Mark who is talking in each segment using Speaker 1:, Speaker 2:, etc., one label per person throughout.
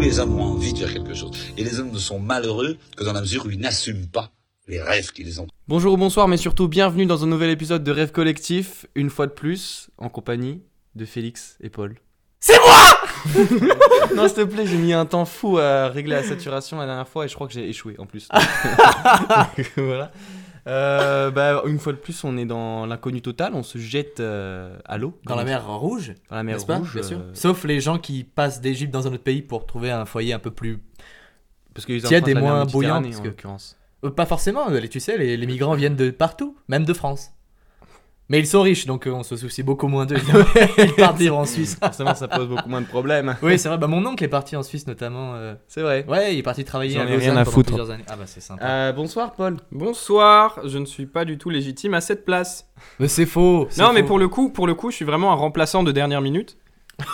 Speaker 1: les hommes ont envie de faire quelque chose. Et les hommes ne sont malheureux que dans la mesure où ils n'assument pas les rêves qu'ils ont.
Speaker 2: Bonjour ou bonsoir, mais surtout bienvenue dans un nouvel épisode de Rêve Collectif, une fois de plus, en compagnie de Félix et Paul.
Speaker 3: C'est
Speaker 2: moi Non, s'il te plaît, j'ai mis un temps fou à régler la saturation la dernière fois et je crois que j'ai échoué en plus. Donc, voilà. Euh, bah, une fois de plus, on est dans l'inconnu total, on se jette euh, à l'eau.
Speaker 3: Dans la mer rouge,
Speaker 2: Dans la mer
Speaker 3: n'est-ce pas
Speaker 2: rouge.
Speaker 3: Bien sûr.
Speaker 2: euh,
Speaker 3: Sauf les gens qui passent d'Égypte dans un autre pays pour trouver un foyer un peu plus.
Speaker 2: parce qu'ils
Speaker 3: Tiède et
Speaker 2: empruntent la mer
Speaker 3: moins bouillant,
Speaker 2: Méditerranée,
Speaker 3: parce
Speaker 2: en
Speaker 3: que-
Speaker 2: l'occurrence.
Speaker 3: Euh, pas forcément, euh, les- tu sais, les, les migrants viennent de partout, même de France. Mais ils sont riches, donc euh, on se soucie beaucoup moins d'eux. évidemment. Ils partent vivre en Suisse.
Speaker 2: Forcément, ça pose beaucoup moins de problèmes.
Speaker 3: Oui, c'est vrai. Bah, mon oncle est parti en Suisse notamment. euh,
Speaker 2: C'est vrai.
Speaker 3: Ouais, il est parti travailler
Speaker 2: J'en
Speaker 3: à
Speaker 2: ai
Speaker 3: Lausanne
Speaker 2: rien à
Speaker 3: pendant
Speaker 2: foutre. hein.
Speaker 3: plusieurs années. Ah bah c'est sympa.
Speaker 2: Euh, bonsoir, Paul.
Speaker 4: Bonsoir, je ne suis pas du tout légitime à cette place.
Speaker 3: Mais c'est faux. c'est
Speaker 4: Non, mais
Speaker 3: faux.
Speaker 4: pour le coup, pour le coup, je suis vraiment un remplaçant de dernière minute.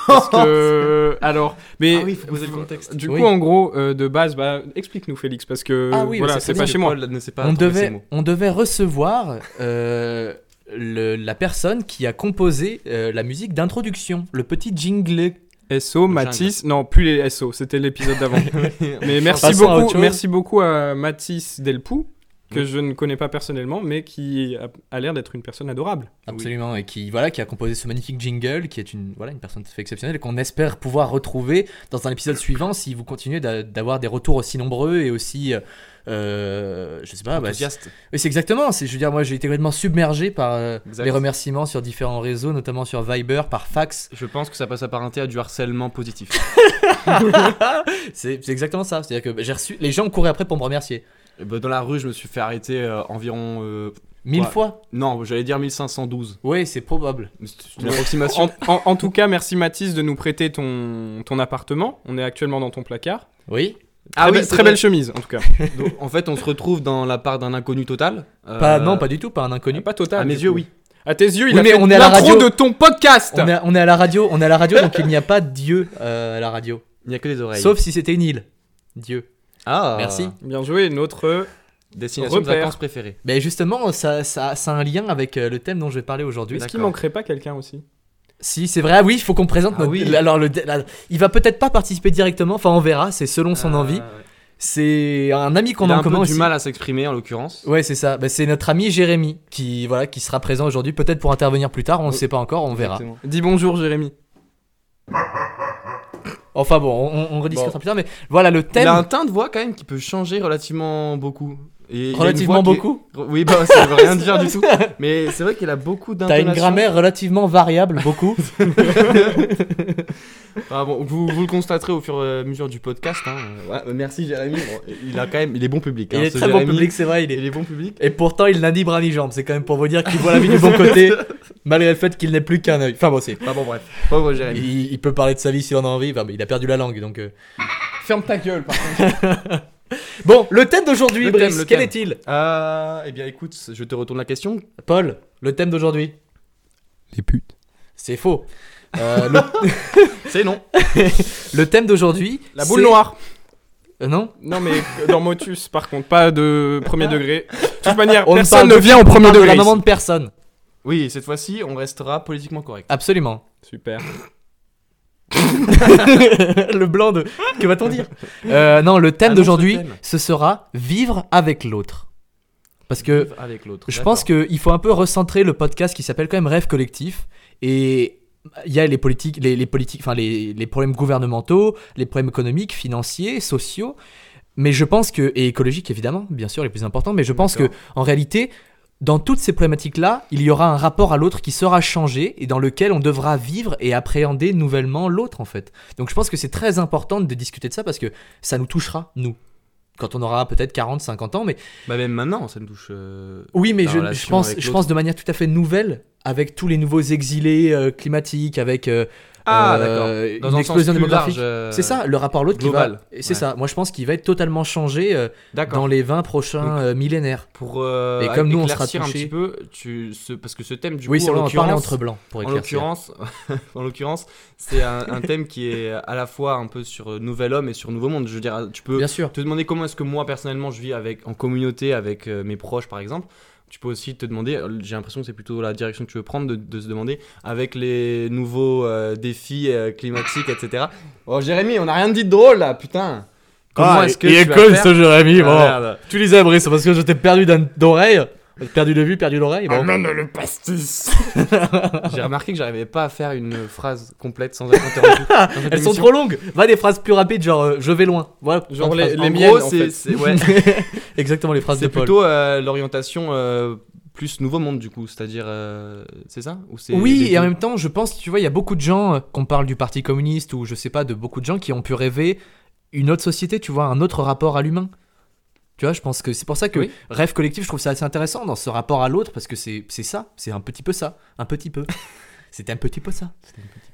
Speaker 4: Parce que euh, alors, mais
Speaker 2: Ah oui, faut poser le contexte.
Speaker 4: Du
Speaker 3: Oui.
Speaker 4: coup, en gros, euh, de base, bah, explique-nous, Félix, parce que
Speaker 3: Ah oui,
Speaker 4: voilà,
Speaker 3: mais
Speaker 4: c'est
Speaker 3: c'est
Speaker 4: pas
Speaker 3: bien.
Speaker 4: chez moi.
Speaker 2: Paul ne sait pas
Speaker 3: on
Speaker 2: trouver ses
Speaker 3: devait,
Speaker 2: mots.
Speaker 3: on devait recevoir euh, le- la personne qui a composé euh, la musique d'introduction, le petit jingle.
Speaker 4: SO,
Speaker 2: Le
Speaker 4: Matisse, non, plus les SO, c'était l'épisode d'avant. mais merci
Speaker 3: Passons à autre
Speaker 4: beaucoup,
Speaker 3: chose.
Speaker 4: merci beaucoup à Matisse Delpoux, que je ne connais pas personnellement, mais qui a, a l'air d'être une personne adorable.
Speaker 3: Absolument, et qui voilà, qui a composé ce magnifique jingle, qui est une voilà une personne tout à fait exceptionnelle qu'on espère pouvoir retrouver dans un épisode suivant si vous continuez d'a- d'avoir des retours aussi nombreux et aussi euh, je sais pas bah,
Speaker 2: Enthousiaste.
Speaker 3: Oui, c'est exactement. C'est, je veux dire, moi, j'ai été complètement submergé par euh,
Speaker 2: Exact.
Speaker 3: les remerciements sur différents réseaux, notamment sur Viber, par fax.
Speaker 2: Je pense que ça passe apparenté à du harcèlement positif.
Speaker 3: C'est, c'est exactement ça. C'est-à-dire que bah, j'ai reçu, les gens couraient après pour me remercier.
Speaker 2: Eh ben, Dans la rue, je me suis fait arrêter euh, environ. euh,
Speaker 3: Mille
Speaker 2: Ouais.
Speaker 3: fois.
Speaker 2: Non, j'allais dire 1512.
Speaker 3: Oui, c'est probable.
Speaker 2: Mais C'est une approximation.
Speaker 4: En, en- en tout cas, merci Mathis de nous prêter ton, ton appartement. On est actuellement dans ton placard.
Speaker 3: Oui.
Speaker 2: Ah
Speaker 4: très,
Speaker 2: oui,
Speaker 4: be-
Speaker 2: c'est
Speaker 4: très
Speaker 2: vrai.
Speaker 4: belle chemise en tout cas.
Speaker 2: Donc, en fait, on se retrouve dans la part d'un inconnu total. Euh,
Speaker 3: Pas, non, pas du tout, pas un inconnu.
Speaker 4: Pas total.
Speaker 2: À mes
Speaker 4: du
Speaker 2: yeux,
Speaker 4: coup.
Speaker 2: oui.
Speaker 4: À tes yeux, il
Speaker 3: Oui,
Speaker 4: a
Speaker 3: mais
Speaker 4: fait
Speaker 3: on est à la
Speaker 4: l'intro
Speaker 3: radio.
Speaker 4: de ton podcast.
Speaker 3: On est, on est à la radio, on est à la radio, donc il n'y a pas Dieu euh, à la radio.
Speaker 2: Il n'y a que des oreilles.
Speaker 3: Sauf si c'était une île. Dieu.
Speaker 2: Ah
Speaker 3: Merci.
Speaker 4: Bien joué, notre.
Speaker 2: Destination de
Speaker 4: Repère.
Speaker 2: vacances préférée.
Speaker 3: Mais justement, ça, ça, ça a un lien avec euh, le thème dont je vais parler aujourd'hui.
Speaker 4: Est-ce qu'il manquerait pas quelqu'un aussi
Speaker 3: Si, c'est vrai, ah oui, il faut qu'on présente
Speaker 2: Ah
Speaker 3: notre-
Speaker 2: oui.
Speaker 3: Alors, le, la- il va peut-être pas participer directement, enfin, on verra, c'est selon son envie. C'est un ami qu'on
Speaker 2: On
Speaker 3: a
Speaker 2: Euh. a
Speaker 3: en
Speaker 2: un
Speaker 3: commun
Speaker 2: peu du
Speaker 3: aussi.
Speaker 2: mal à s'exprimer en l'occurrence.
Speaker 3: Ouais, c'est ça. Bah, c'est notre ami Jérémy qui voilà qui sera présent aujourd'hui, peut-être pour intervenir plus tard. On ne
Speaker 4: Oui.
Speaker 3: sait pas encore, on verra.
Speaker 2: Exactement.
Speaker 4: Dis bonjour, Jérémy.
Speaker 3: Enfin bon, on, on rediscutera
Speaker 2: Bon.
Speaker 3: plus tard. Mais voilà le
Speaker 2: Il
Speaker 3: thème.
Speaker 2: a un teint de voix quand même qui peut changer relativement beaucoup. Et il a une
Speaker 3: Relativement
Speaker 2: voix qui est-
Speaker 3: beaucoup.
Speaker 2: Oui, bah ça veut rien dire du tout. Mais c'est vrai qu'il a beaucoup
Speaker 3: T'as
Speaker 2: d'intonation.
Speaker 3: une grammaire relativement variable, beaucoup.
Speaker 2: Ah bon, vous, vous le constaterez au fur et à mesure du podcast. hein. Ouais, euh, merci Jérémy. Bon, il a quand même, il est bon public. hein,
Speaker 3: il est
Speaker 2: ce
Speaker 3: très bon
Speaker 2: Jérémy.
Speaker 3: public, c'est vrai. Il est...
Speaker 2: Il est bon public.
Speaker 3: Et pourtant, il n'a ni bras ni jambes. C'est quand même pour vous dire qu'il voit la vie du bon côté, malgré le fait qu'il n'ait plus qu'un œil. Enfin bon, c'est.
Speaker 2: Bah bon bref, pauvre Jérémy.
Speaker 3: Il, il peut parler de sa vie s'il en a envie. Enfin, mais il a perdu la langue, donc. euh.
Speaker 4: Ferme ta gueule. par contre.
Speaker 3: Bon, le thème d'aujourd'hui,
Speaker 2: Le thème,
Speaker 3: Brice,
Speaker 2: le
Speaker 3: quel
Speaker 2: thème.
Speaker 3: est-il
Speaker 2: Euh, eh bien écoute, je te retourne la question.
Speaker 3: Paul, le thème d'aujourd'hui.
Speaker 4: Les putes.
Speaker 3: C'est faux. Euh, le,
Speaker 2: C'est non.
Speaker 3: le thème d'aujourd'hui.
Speaker 4: La boule
Speaker 3: c'est-
Speaker 4: noire.
Speaker 3: Euh, non
Speaker 4: Non, mais que dans Motus, par contre, pas de premier degré. De toute manière,
Speaker 3: On ne
Speaker 4: personne
Speaker 3: parle
Speaker 4: ne
Speaker 3: de-
Speaker 4: vient au
Speaker 3: On
Speaker 4: premier
Speaker 3: parle de
Speaker 4: degré.
Speaker 3: la maman
Speaker 4: ici.
Speaker 3: de personne.
Speaker 2: Oui, cette fois-ci, on restera politiquement correct.
Speaker 3: Absolument.
Speaker 4: Super.
Speaker 3: le blanc de. Que va-t-on dire Euh, Non, le thème
Speaker 2: Annonce
Speaker 3: d'aujourd'hui,
Speaker 2: le thème.
Speaker 3: ce sera vivre avec l'autre. Parce que
Speaker 2: Vivre avec l'autre.
Speaker 3: je pense qu'il faut un peu recentrer le podcast qui s'appelle quand même Rêve collectif. Et il y a les politiques, les, les politiques, enfin les, les problèmes gouvernementaux, les problèmes économiques, financiers, sociaux. Mais je pense que et écologiques évidemment, bien sûr les plus importants. Mais je pense que
Speaker 2: D'accord.
Speaker 3: en réalité, dans toutes ces problématiques-là, il y aura un rapport à l'autre qui sera changé et dans lequel on devra vivre et appréhender nouvellement l'autre en fait. Donc je pense que c'est très important de discuter de ça parce que ça nous touchera nous quand on aura peut-être 40, 50 ans. Mais
Speaker 2: Bah même maintenant, ça me touche. euh,
Speaker 3: oui, mais
Speaker 2: la
Speaker 3: je, je
Speaker 2: relation
Speaker 3: pense,
Speaker 2: avec
Speaker 3: je
Speaker 2: l'autre.
Speaker 3: pense de manière tout à fait nouvelle, avec tous les nouveaux exilés euh, climatiques, avec euh,
Speaker 2: Ah
Speaker 3: euh,
Speaker 2: d'accord. Dans
Speaker 3: une
Speaker 2: un
Speaker 3: explosion
Speaker 2: sens plus large,
Speaker 3: démographique.
Speaker 2: euh,
Speaker 3: c'est ça, le rapport à l'autre qui
Speaker 2: global.
Speaker 3: va. et C'est
Speaker 2: Ouais.
Speaker 3: ça. Moi, je pense qu'il va être totalement changé euh,
Speaker 2: D'accord.
Speaker 3: dans les 20 prochains euh, millénaires.
Speaker 2: Pour euh,
Speaker 3: Et comme nous, on sera
Speaker 2: éclaircir un
Speaker 3: touchés.
Speaker 2: petit peu, tu, ce- parce que ce thème du
Speaker 3: oui,
Speaker 2: coup,
Speaker 3: c'est
Speaker 2: en
Speaker 3: vrai, on va parler
Speaker 2: l'occurrence,
Speaker 3: entre blancs pour
Speaker 2: En
Speaker 3: éclaircir.
Speaker 2: l'occurrence, en l'occurrence, c'est un, un thème qui est à la fois un peu sur euh, Nouvel Homme et sur Nouveau Monde. Je veux dire, tu peux
Speaker 3: Bien sûr.
Speaker 2: te demander comment est-ce que moi personnellement je vis avec en communauté avec euh, mes proches par exemple. tu peux aussi te demander, euh, j'ai l'impression que c'est plutôt la direction que tu veux prendre, de, de se demander, avec les nouveaux euh, défis euh, climatiques, etc. Oh Jérémy, on n'a rien dit de drôle là, putain Comment
Speaker 3: Ah,
Speaker 2: est-ce que
Speaker 3: il
Speaker 2: tu
Speaker 3: est
Speaker 2: vas
Speaker 3: con
Speaker 2: faire
Speaker 3: ce Jérémy, bon.
Speaker 2: Ah, merde.
Speaker 3: Tu les as c'est parce que je t'ai perdu d'un- d'oreille. Perdu de vue, perdu l'oreille. Bon.
Speaker 4: le pastis
Speaker 2: J'ai remarqué que j'arrivais pas à faire une phrase complète sans être interrompu. dans cette
Speaker 3: Elles sont
Speaker 2: émission.
Speaker 3: trop longues. Va des phrases plus rapides, genre euh, je vais loin. Voilà.
Speaker 4: Genre
Speaker 3: plein de
Speaker 4: les-
Speaker 3: phrases.
Speaker 2: En
Speaker 4: miennes,
Speaker 2: gros,
Speaker 4: en
Speaker 2: c'est-
Speaker 4: fait.
Speaker 2: c'est ouais,
Speaker 3: Exactement les phrases de
Speaker 2: c'est
Speaker 3: Paul.
Speaker 2: plutôt euh, l'orientation euh, plus nouveau monde du coup, c'est-à-dire euh, c'est ça ou c'est
Speaker 3: Oui,
Speaker 2: les
Speaker 3: et en
Speaker 2: deux
Speaker 3: même temps, je pense, tu vois, il y a beaucoup de gens, euh, qu'on parle du Parti communiste ou je sais pas, de beaucoup de gens qui ont pu rêver une autre société, tu vois, un autre rapport à l'humain. Tu vois, je pense que c'est pour ça que
Speaker 2: Oui.
Speaker 3: rêve collectif, je trouve ça assez intéressant dans ce rapport à l'autre parce que c'est c'est ça, c'est un petit peu ça, un petit peu. c'est un petit peu ça.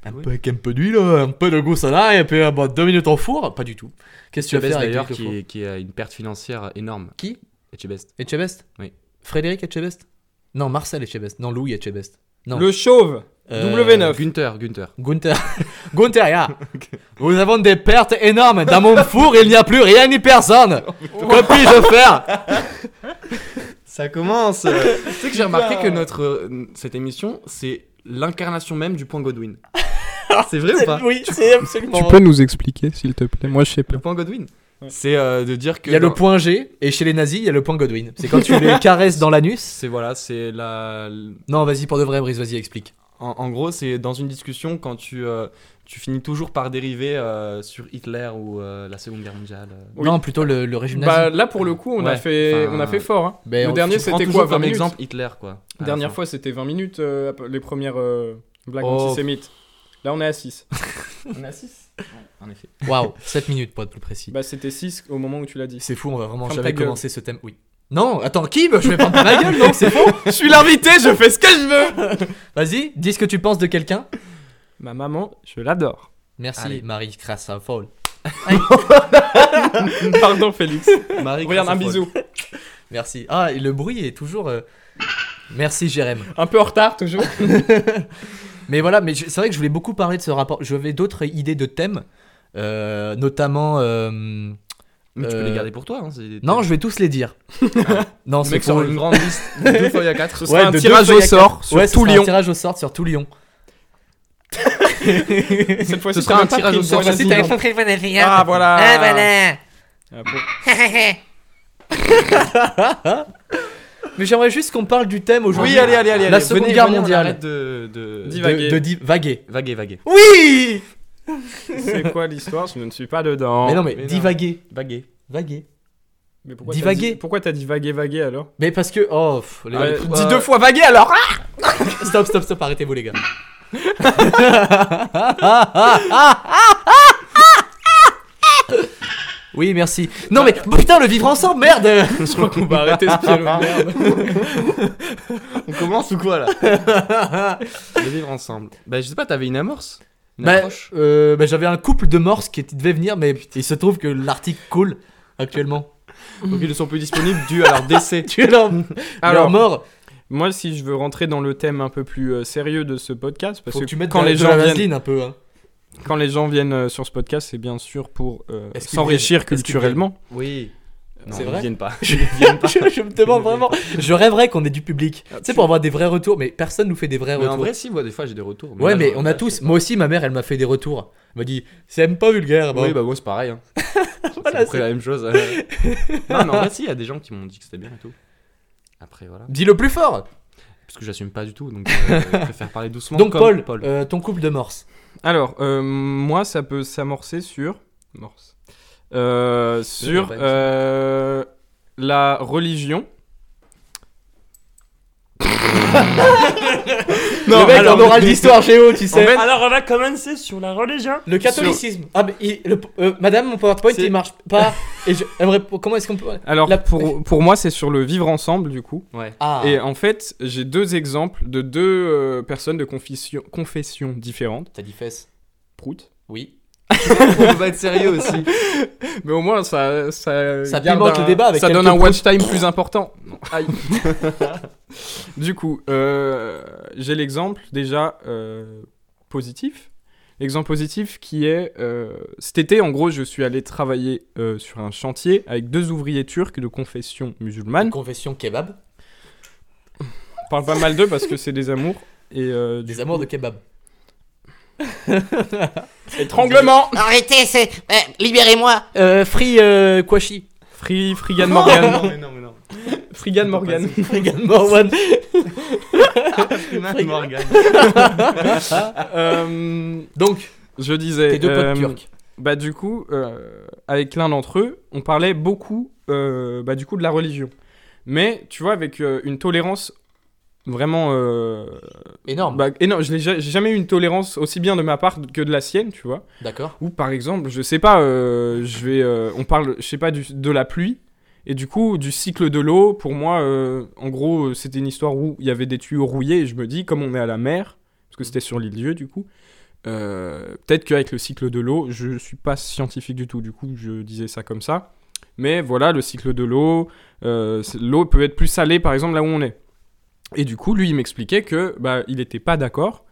Speaker 3: Un
Speaker 2: oui.
Speaker 3: peu avec un peu d'huile, un peu de goût salade et puis euh, bah, deux minutes en four, pas du tout. Qu'est-ce que tu vas
Speaker 2: Etchebest
Speaker 3: faire avec
Speaker 2: d'ailleurs
Speaker 3: quelques
Speaker 2: qui, est- qui a une perte financière énorme.
Speaker 3: Qui
Speaker 2: Etchebest.
Speaker 3: Etchebest
Speaker 2: Oui.
Speaker 3: Frédéric Etchebest Non, Marcel Etchebest. Non, Louis Etchebest. Non.
Speaker 4: Le chauve
Speaker 3: Euh,
Speaker 4: W9.
Speaker 2: Gunther, Gunther.
Speaker 3: Gunther. Gunther, yeah. Nous avons des pertes énormes. Dans mon four, il n'y a plus rien ni personne. Que puis-je faire
Speaker 2: Ça commence. tu sais que j'ai remarqué que notre euh, cette émission c'est l'incarnation même du point Godwin. c'est vrai ou pas
Speaker 3: Oui, c'est absolument
Speaker 4: Tu peux nous expliquer, s'il te plaît Moi, je sais pas.
Speaker 2: Le point Godwin.
Speaker 4: Ouais.
Speaker 2: C'est euh, de dire que
Speaker 3: Il y a le
Speaker 2: dans-
Speaker 3: point G, et chez les nazis, il y a le point Godwin. C'est quand tu les caresses dans l'anus.
Speaker 2: c'est voilà, c'est la
Speaker 3: Non, vas-y, pour de vrai, Brice, vas-y, explique.
Speaker 2: En, en gros, c'est dans une discussion quand tu, euh, tu finis toujours par dériver euh, sur Hitler ou euh, la Seconde Guerre mondiale. euh.
Speaker 4: Oui.
Speaker 3: Non, plutôt le, le régime nazi.
Speaker 4: Bah, là, pour le coup, on, a,
Speaker 2: Ouais,
Speaker 4: fait,
Speaker 2: enfin,
Speaker 4: on a fait fort. hein.
Speaker 3: Ben,
Speaker 4: le
Speaker 3: on-
Speaker 4: dernier,
Speaker 2: Tu prends
Speaker 4: c'était
Speaker 2: toujours
Speaker 4: quoi 20
Speaker 2: comme
Speaker 4: minutes
Speaker 2: exemple Hitler, quoi. à la
Speaker 4: Dernière
Speaker 2: fin.
Speaker 4: fois, c'était 20 minutes, euh, ap- les premières euh, blagues
Speaker 2: Oh.
Speaker 4: antisémites. Là, on est à 6. on est à 6
Speaker 2: En effet.
Speaker 3: Waouh, 7 minutes pour être plus précis.
Speaker 4: Bah, c'était 6 au moment où tu l'as dit.
Speaker 3: C'est fou, on va vraiment
Speaker 4: Ferme
Speaker 3: jamais
Speaker 4: ta gueule.
Speaker 3: commencer ce thème. Oui. Non, attends, qui Je vais prendre ma gueule, donc c'est faux.
Speaker 4: Je suis l'invité, je fais ce que je veux
Speaker 3: Vas-y, dis ce que tu penses de quelqu'un.
Speaker 4: Ma maman, je l'adore.
Speaker 3: Merci,
Speaker 2: Allez.
Speaker 3: Marie Crassafol.
Speaker 4: Pardon, Félix.
Speaker 2: Marie
Speaker 4: Regarde, un
Speaker 2: Christophe.
Speaker 4: bisou.
Speaker 3: Merci. Ah, et le bruit est toujours. euh, Merci, Jérém.
Speaker 4: Un peu en retard, toujours.
Speaker 3: Mais voilà, mais je- c'est vrai que je voulais beaucoup parler de ce rapport. J'avais d'autres idées de thèmes, euh, notamment. euh,
Speaker 2: Mais tu peux
Speaker 3: Euh,
Speaker 2: les garder pour toi. hein, c'est-
Speaker 3: Non, je vais tous les dire. non,
Speaker 2: Le
Speaker 3: c'est
Speaker 2: mec sort
Speaker 3: pour
Speaker 2: une grande liste de deux feuilles à quatre.
Speaker 4: Ce sera un
Speaker 3: de deux
Speaker 4: tirage au
Speaker 3: feuilles à
Speaker 4: sort sur
Speaker 3: Ouais, ce
Speaker 4: tout
Speaker 3: sera un
Speaker 4: Lyon.
Speaker 3: tirage au sort sur tout Lyon.
Speaker 4: Cette
Speaker 2: Ce
Speaker 4: fois-ci,
Speaker 2: sera
Speaker 4: t'as
Speaker 2: un
Speaker 4: pas
Speaker 2: tirage
Speaker 4: pris
Speaker 2: au
Speaker 4: le
Speaker 2: sort
Speaker 4: point
Speaker 2: sur
Speaker 4: de la
Speaker 2: Lyon.
Speaker 4: Lyon. Ah, voilà
Speaker 5: Ah voilà.
Speaker 4: Ah, bon.
Speaker 3: mais j'aimerais juste qu'on parle du thème aujourd'hui.
Speaker 2: Oui, allez, allez, allez.
Speaker 3: La
Speaker 2: allez.
Speaker 3: Seconde
Speaker 2: Venez,
Speaker 3: Guerre
Speaker 2: venez, on
Speaker 3: mondiale.
Speaker 2: arrête de. de...
Speaker 3: De,
Speaker 4: Dis- Divaguer.
Speaker 3: de divaguer.
Speaker 2: Vaguer, vaguer.
Speaker 3: Oui
Speaker 4: C'est quoi l'histoire Je ne suis pas dedans.
Speaker 3: Mais non, mais,
Speaker 2: Oh, mais non.
Speaker 3: divaguer.
Speaker 2: Vaguer.
Speaker 3: Vaguer.
Speaker 4: Mais pourquoi t'as
Speaker 3: Divaguer.
Speaker 4: dit- Pourquoi t'as dit vaguer, vaguer alors
Speaker 3: Mais parce que. Oh, pff, les-
Speaker 4: Ouais, bah.
Speaker 3: euh,
Speaker 4: Dis deux fois vaguer alors ah
Speaker 3: Stop, stop, stop, arrêtez-vous, les gars. Oui, merci. Non, mais putain, le vivre ensemble, merde
Speaker 4: Je crois qu'on va arrêter ce piano. Merde.
Speaker 2: On commence ou quoi là De vivre ensemble. Bah, je sais pas, t'avais une amorce Une
Speaker 3: bah,
Speaker 2: approche
Speaker 3: euh, bah, J'avais un couple de morses qui était- devait venir, mais il se trouve que l'article coule actuellement.
Speaker 2: Donc, ils ne sont plus disponibles dû à leur décès.
Speaker 3: Tu es leur, leur
Speaker 4: Alors,
Speaker 3: mort.
Speaker 4: moi, si je veux rentrer dans le thème un peu plus euh, sérieux de ce podcast, parce
Speaker 3: Faut que
Speaker 4: que
Speaker 3: tu mettes
Speaker 4: quand,
Speaker 3: de, la-
Speaker 4: les
Speaker 3: de
Speaker 4: gens
Speaker 3: la
Speaker 4: viennent,
Speaker 3: vaseline un peu. hein.
Speaker 4: quand les gens viennent euh, sur ce podcast, c'est bien sûr pour euh,
Speaker 3: Est-ce qu'ils
Speaker 4: s'enrichir
Speaker 3: viennent Est-ce qu'ils
Speaker 4: culturellement.
Speaker 2: Oui. Non,
Speaker 3: C'est
Speaker 2: ils
Speaker 3: vrai
Speaker 2: viennent pas.
Speaker 3: je, je me demande vraiment. Je rêverais qu'on ait du public. Tu sais, pour avoir des vrais retours, mais personne nous fait des vrais
Speaker 2: Mais
Speaker 3: retours.
Speaker 2: en vrai, si, moi, des fois, j'ai des retours.
Speaker 3: Ouais,
Speaker 2: là,
Speaker 3: mais
Speaker 2: j'en-
Speaker 3: on a tous. Moi aussi, ma mère, elle m'a fait des retours. Elle m'a dit, c'est même pas vulgaire. Ah bon.
Speaker 2: Oui, bah, moi, c'est pareil. Hein. c'est
Speaker 3: Voilà,
Speaker 2: à peu près
Speaker 3: c'est-
Speaker 2: la même chose. euh. non, mais en vrai, si, il y a des gens qui m'ont dit que c'était bien et tout. Après, voilà.
Speaker 3: Dis le plus fort.
Speaker 2: Parce que j'assume pas du tout, donc euh, je préfère parler doucement.
Speaker 3: Donc
Speaker 2: comme
Speaker 3: Paul, euh, ton couple de morse.
Speaker 4: Alors, euh, moi, ça peut s'amorcer sur. Morse. Euh, sur
Speaker 3: pas une-
Speaker 4: euh, la religion.
Speaker 3: le mec
Speaker 4: alors-
Speaker 3: en oral d'histoire géo, tu sais.
Speaker 4: En fait-
Speaker 5: Alors on va commencer sur la religion.
Speaker 3: le catholicisme. Ah, mais il- le- euh, Madame, mon PowerPoint,
Speaker 4: C'est-
Speaker 3: il marche pas. Et je, elle me répond, comment est-ce qu'on peut.
Speaker 4: Alors,
Speaker 3: La-
Speaker 4: pour, pour moi, c'est sur le vivre ensemble, du coup.
Speaker 2: Ouais.
Speaker 3: Ah.
Speaker 4: Et en fait, j'ai deux exemples de deux euh, personnes de confession, confessions différentes.
Speaker 3: T'as dit fesses.
Speaker 4: Prout.
Speaker 3: Oui.
Speaker 2: on peut pas être sérieux aussi.
Speaker 4: Mais au moins, ça. Ça,
Speaker 3: Ça
Speaker 4: garde
Speaker 3: pimente
Speaker 4: un-
Speaker 3: le débat avec
Speaker 4: Ça
Speaker 3: quelques
Speaker 4: donne un watch time plus important. Non. Aïe. du coup, euh, j'ai l'exemple déjà euh, positif. L'exemple positif qui est. euh, cet été, en gros, je suis allé travailler euh, sur un chantier avec deux ouvriers turcs de confession musulmane.
Speaker 3: Confession kebab.
Speaker 4: parle pas mal d'eux parce que c'est des amours. Et, euh, du
Speaker 3: Des
Speaker 4: coup-
Speaker 3: amours de kebab.
Speaker 4: Étranglement
Speaker 6: Arrêtez, c'est. euh, Libérez-moi
Speaker 3: Euh, free euh, Kwashi.
Speaker 4: Free, Frigan Morgan.
Speaker 2: mais non, mais non.
Speaker 4: Frigan Morgan.
Speaker 3: Regan Morwan.
Speaker 2: Freeman Morgan.
Speaker 4: Euh,
Speaker 3: Donc,
Speaker 4: je disais.
Speaker 3: tes deux
Speaker 4: euh,
Speaker 3: potes turcs.
Speaker 4: Bah, du coup, euh, avec l'un d'entre eux, on parlait beaucoup euh, bah, du coup, de la religion. Mais, tu vois, avec euh, une tolérance vraiment euh,
Speaker 3: Énorme.
Speaker 4: bah, énorme. Je n'ai ja- j'ai jamais eu une tolérance aussi bien de ma part que de la sienne, tu vois.
Speaker 3: D'accord.
Speaker 4: Ou par exemple, je sais pas, euh, je vais, euh, on parle, je sais pas, du- de la pluie. Et du coup, du cycle de l'eau, pour moi, euh, en gros, euh, c'était une histoire où il y avait des tuyaux rouillés. Et je me dis, comme on est à la mer, parce que c'était sur l'île Dieu, du coup, euh, peut-être qu'avec le cycle de l'eau, je suis pas scientifique du tout. Du coup, je disais ça comme ça. Mais voilà, le cycle de l'eau, euh, c'est- l'eau peut être plus salée, par exemple, là où on est. Et du coup, lui, il m'expliquait que bah, il n'était pas d'accord.